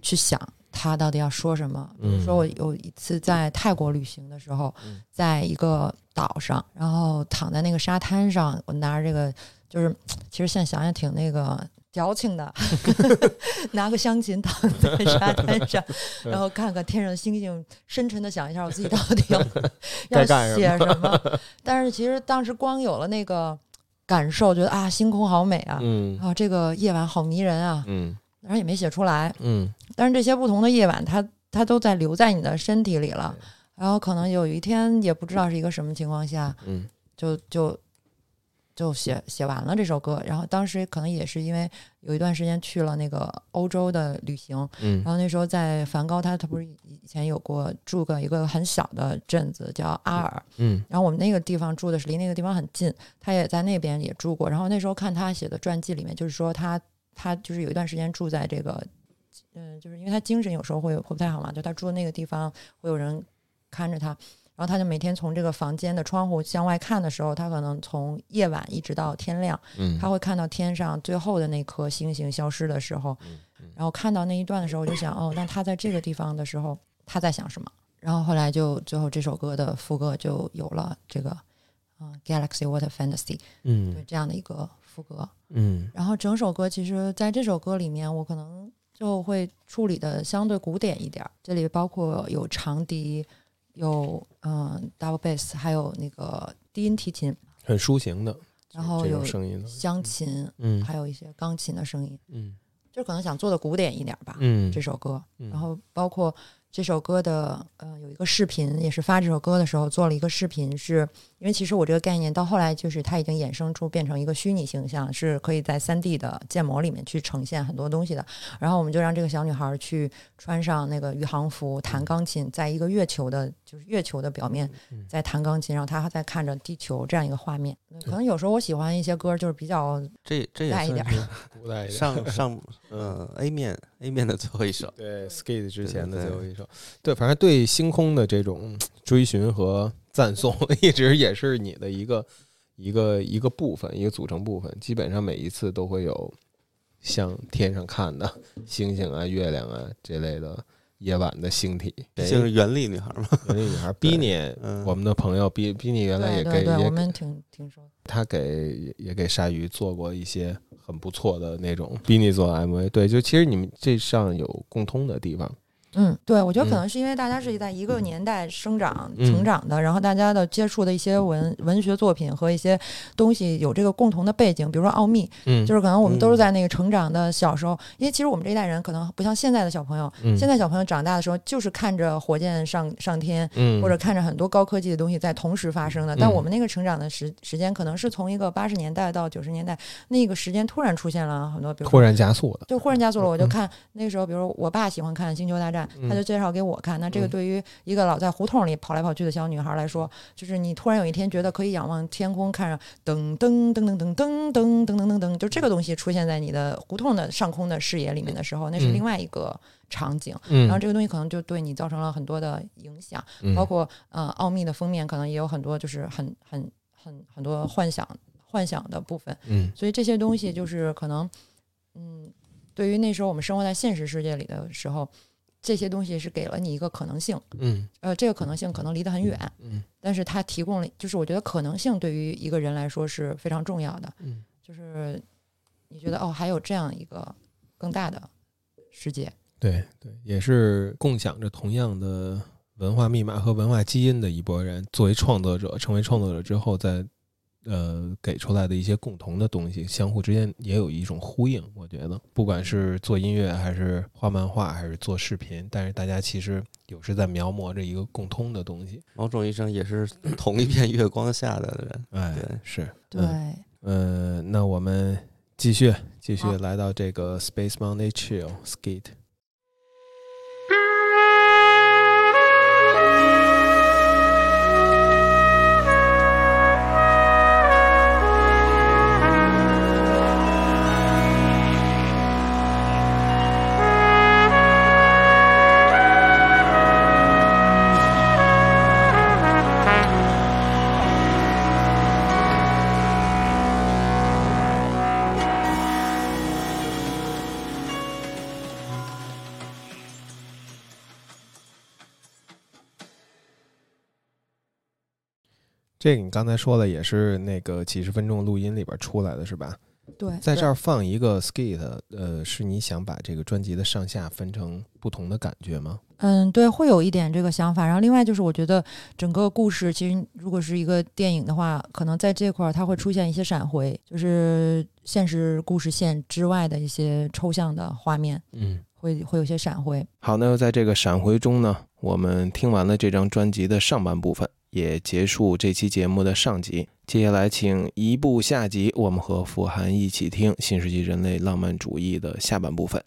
C: 去想它到底要说什么。比如
A: 嗯
C: 说，我有一次在泰国旅行的时候
A: 嗯，
C: 在一个岛上，然后躺在那个沙滩上，我拿着这个，就是其实现在想想挺那个矫情的， 拿个香琴躺在沙滩上，然后看看天上的星星，深沉的想一下我自己到底要
A: 该
C: 要
A: 干什
C: 写什么。但是其实当时光有了那个感受，觉得啊，星空好美啊，
A: 嗯
C: 啊，这个夜晚好迷人啊，
A: 嗯
C: 当然也没写出来。
A: 嗯
C: 但是这些不同的夜晚，它它都在留在你的身体里了。然后可能有一天也不知道是一个什么情况下，
A: 嗯
C: 就就就写写完了这首歌。然后当时可能也是因为有一段时间去了那个欧洲的旅行，
A: 嗯
C: 然后那时候在梵高他他不是以以前有过住过一个很小的镇子叫阿尔，
A: 嗯
C: 然后我们那个地方住的是离那个地方很近，他也在那边也住过。然后那时候看他写的传记里面，就是说他他就是有一段时间住在这个，嗯，就是因为他精神有时候会会不太好嘛，就他住那个地方会有人看着他，然后他就每天从这个房间的窗户向外看的时候，他可能从夜晚一直到天亮，
A: 嗯，
C: 他会看到天上最后的那颗星星消失的时候，
A: 嗯
C: 然后看到那一段的时候，我就想，哦，那他在这个地方的时候，他在想什么？然后后来就最后这首歌的副歌就有了这个，啊 g a l a x y What a Fantasy，对
A: 嗯
C: 这样的一个副歌。
A: 嗯
C: 然后整首歌其实在这首歌里面，我可能就会处理的相对古典一点儿，这里包括有长笛，有嗯 double bass，还有那个低音提琴，
A: 很抒情的，
C: 然后
A: 这
C: 哦有
A: 种声音的，
C: 湘琴，
A: 嗯
C: 还有一些钢琴的声音，
A: 嗯
C: 就可能想做的古典一点吧。
A: 嗯
C: 这首歌，
A: 嗯
C: 然后包括这首歌的呃有一个视频，也是发这首歌的时候做了一个视频是，因为其实我这个概念到后来就是它已经衍生出变成一个虚拟形象，是可以在三 D 的建模里面去呈现很多东西的。然后我们就让这个小女孩儿去穿上那个宇航服，弹钢琴，在一个月球的，就是月球的表面
A: 嗯
C: 在弹钢琴，然后她在看着地球这样一个画面。可能有时候我喜欢一些歌，就是比较
B: 这这也
C: 带一点
B: 算
C: 儿。
B: 是
A: 嗯 古代一点。
B: 上上呃 A 面 A 面的最后一首，
A: 对 Skid 之前的
B: 对
A: 最
B: 对
A: 后一首，对，反正对星空的这种追寻和赞颂， 一直也是你的一个一个一个部分，一个组成部分。基本上每一次都会有向天上看的星星啊、月亮啊这类的夜晚的星体。哎
B: 就是原力女孩嘛。
A: 有那女孩比你，
B: 嗯
A: 我们的朋友比比你原来也
C: 对
A: 给
C: 对对，我
A: 也
C: 们挺挺说。
A: 他给也给鲨鱼做过一些很不错的那种比你做 MV。对，就其实你们这上有共通的地方。
C: 嗯，对，我觉得可
A: 嗯
C: 能是因为大家是在一个年代生长、
A: 嗯
C: 成长的，然后大家的接触的一些文文学作品和一些东西有这个共同的背景，比如说《奥秘》，
A: 嗯，
C: 就是可能我们都是在那个成长的小时候，因为其实我们这一代人可能不像现在的小朋友，
A: 嗯
C: 现在小朋友长大的时候就是看着火箭上上天，
A: 嗯
C: 或者看着很多高科技的东西在同时发生的。
A: 嗯
C: 但我们那个成长的时时间，可能是从一个八十年代到九十年代那个时间突然出现了很多，比如说
A: 突然加速的，
C: 就忽然加速了，我就
A: 嗯
C: 看那个时候，比如我爸喜欢看《星球大战》，
A: 嗯
C: 他就介绍给我看。那这个
A: 嗯
C: 对于一个老在胡同里跑来跑去的小女孩来说，就是你突然有一天觉得可以仰望天空，看着噔噔噔噔噔噔噔噔噔噔噔，就这个东西出现在你的胡同的上空的视野里面的时候，那是
A: 嗯
C: 另外一个场景。
A: 嗯
C: 然后这个东西可能就对你造成了很多的影响，
A: 嗯
C: 包括呃，奥秘的封面可能也有很多就是很很很很多幻想幻想的部分。
A: 嗯
C: 所以这些东西就是可能，嗯，对于那时候我们生活在现实世界里的时候，这些东西是给了你一个可能性，
A: 嗯
C: 呃，这个可能性可能离得很远，
A: 嗯
C: 但是它提供了，就是我觉得可能性对于一个人来说是非常重要的，
A: 嗯
C: 就是你觉得哦，还有这样一个更大的世界，
A: 对对，也是共享着同样的文化密码和文化基因的一拨人，作为创作者，成为创作者之后，在呃给出来的一些共同的东西，相互之间也有一种呼应。我觉得，不管是做音乐，还是画漫画，还是做视频，但是大家其实有时在描摹着一个共通的东西。
B: 某种意义上也是同一片月光下的人。
A: 哎
B: 对，
A: 是，
C: 对，
A: 嗯呃，那我们继续继续
C: 好
A: 来到这个 Space Monday Chill Skate。这个你刚才说了，也是那个几十分钟录音里边出来的是吧？
C: 对，
A: 在这儿放一个 skate，呃，是你想把这个专辑的上下分成不同的感觉吗？
C: 嗯，对，会有一点这个想法。然后另外就是，我觉得整个故事其实如果是一个电影的话，可能在这块儿它会出现一些闪回，就是现实故事线之外的一些抽象的画面，
A: 嗯，
C: 会会有些闪回。
A: 好，那又在这个闪回中呢，我们听完了这张专辑的上半部分，也结束这期节目的上集。接下来，请移步下集，我们和傅涵一起听新世纪人类浪漫主义的下半部分。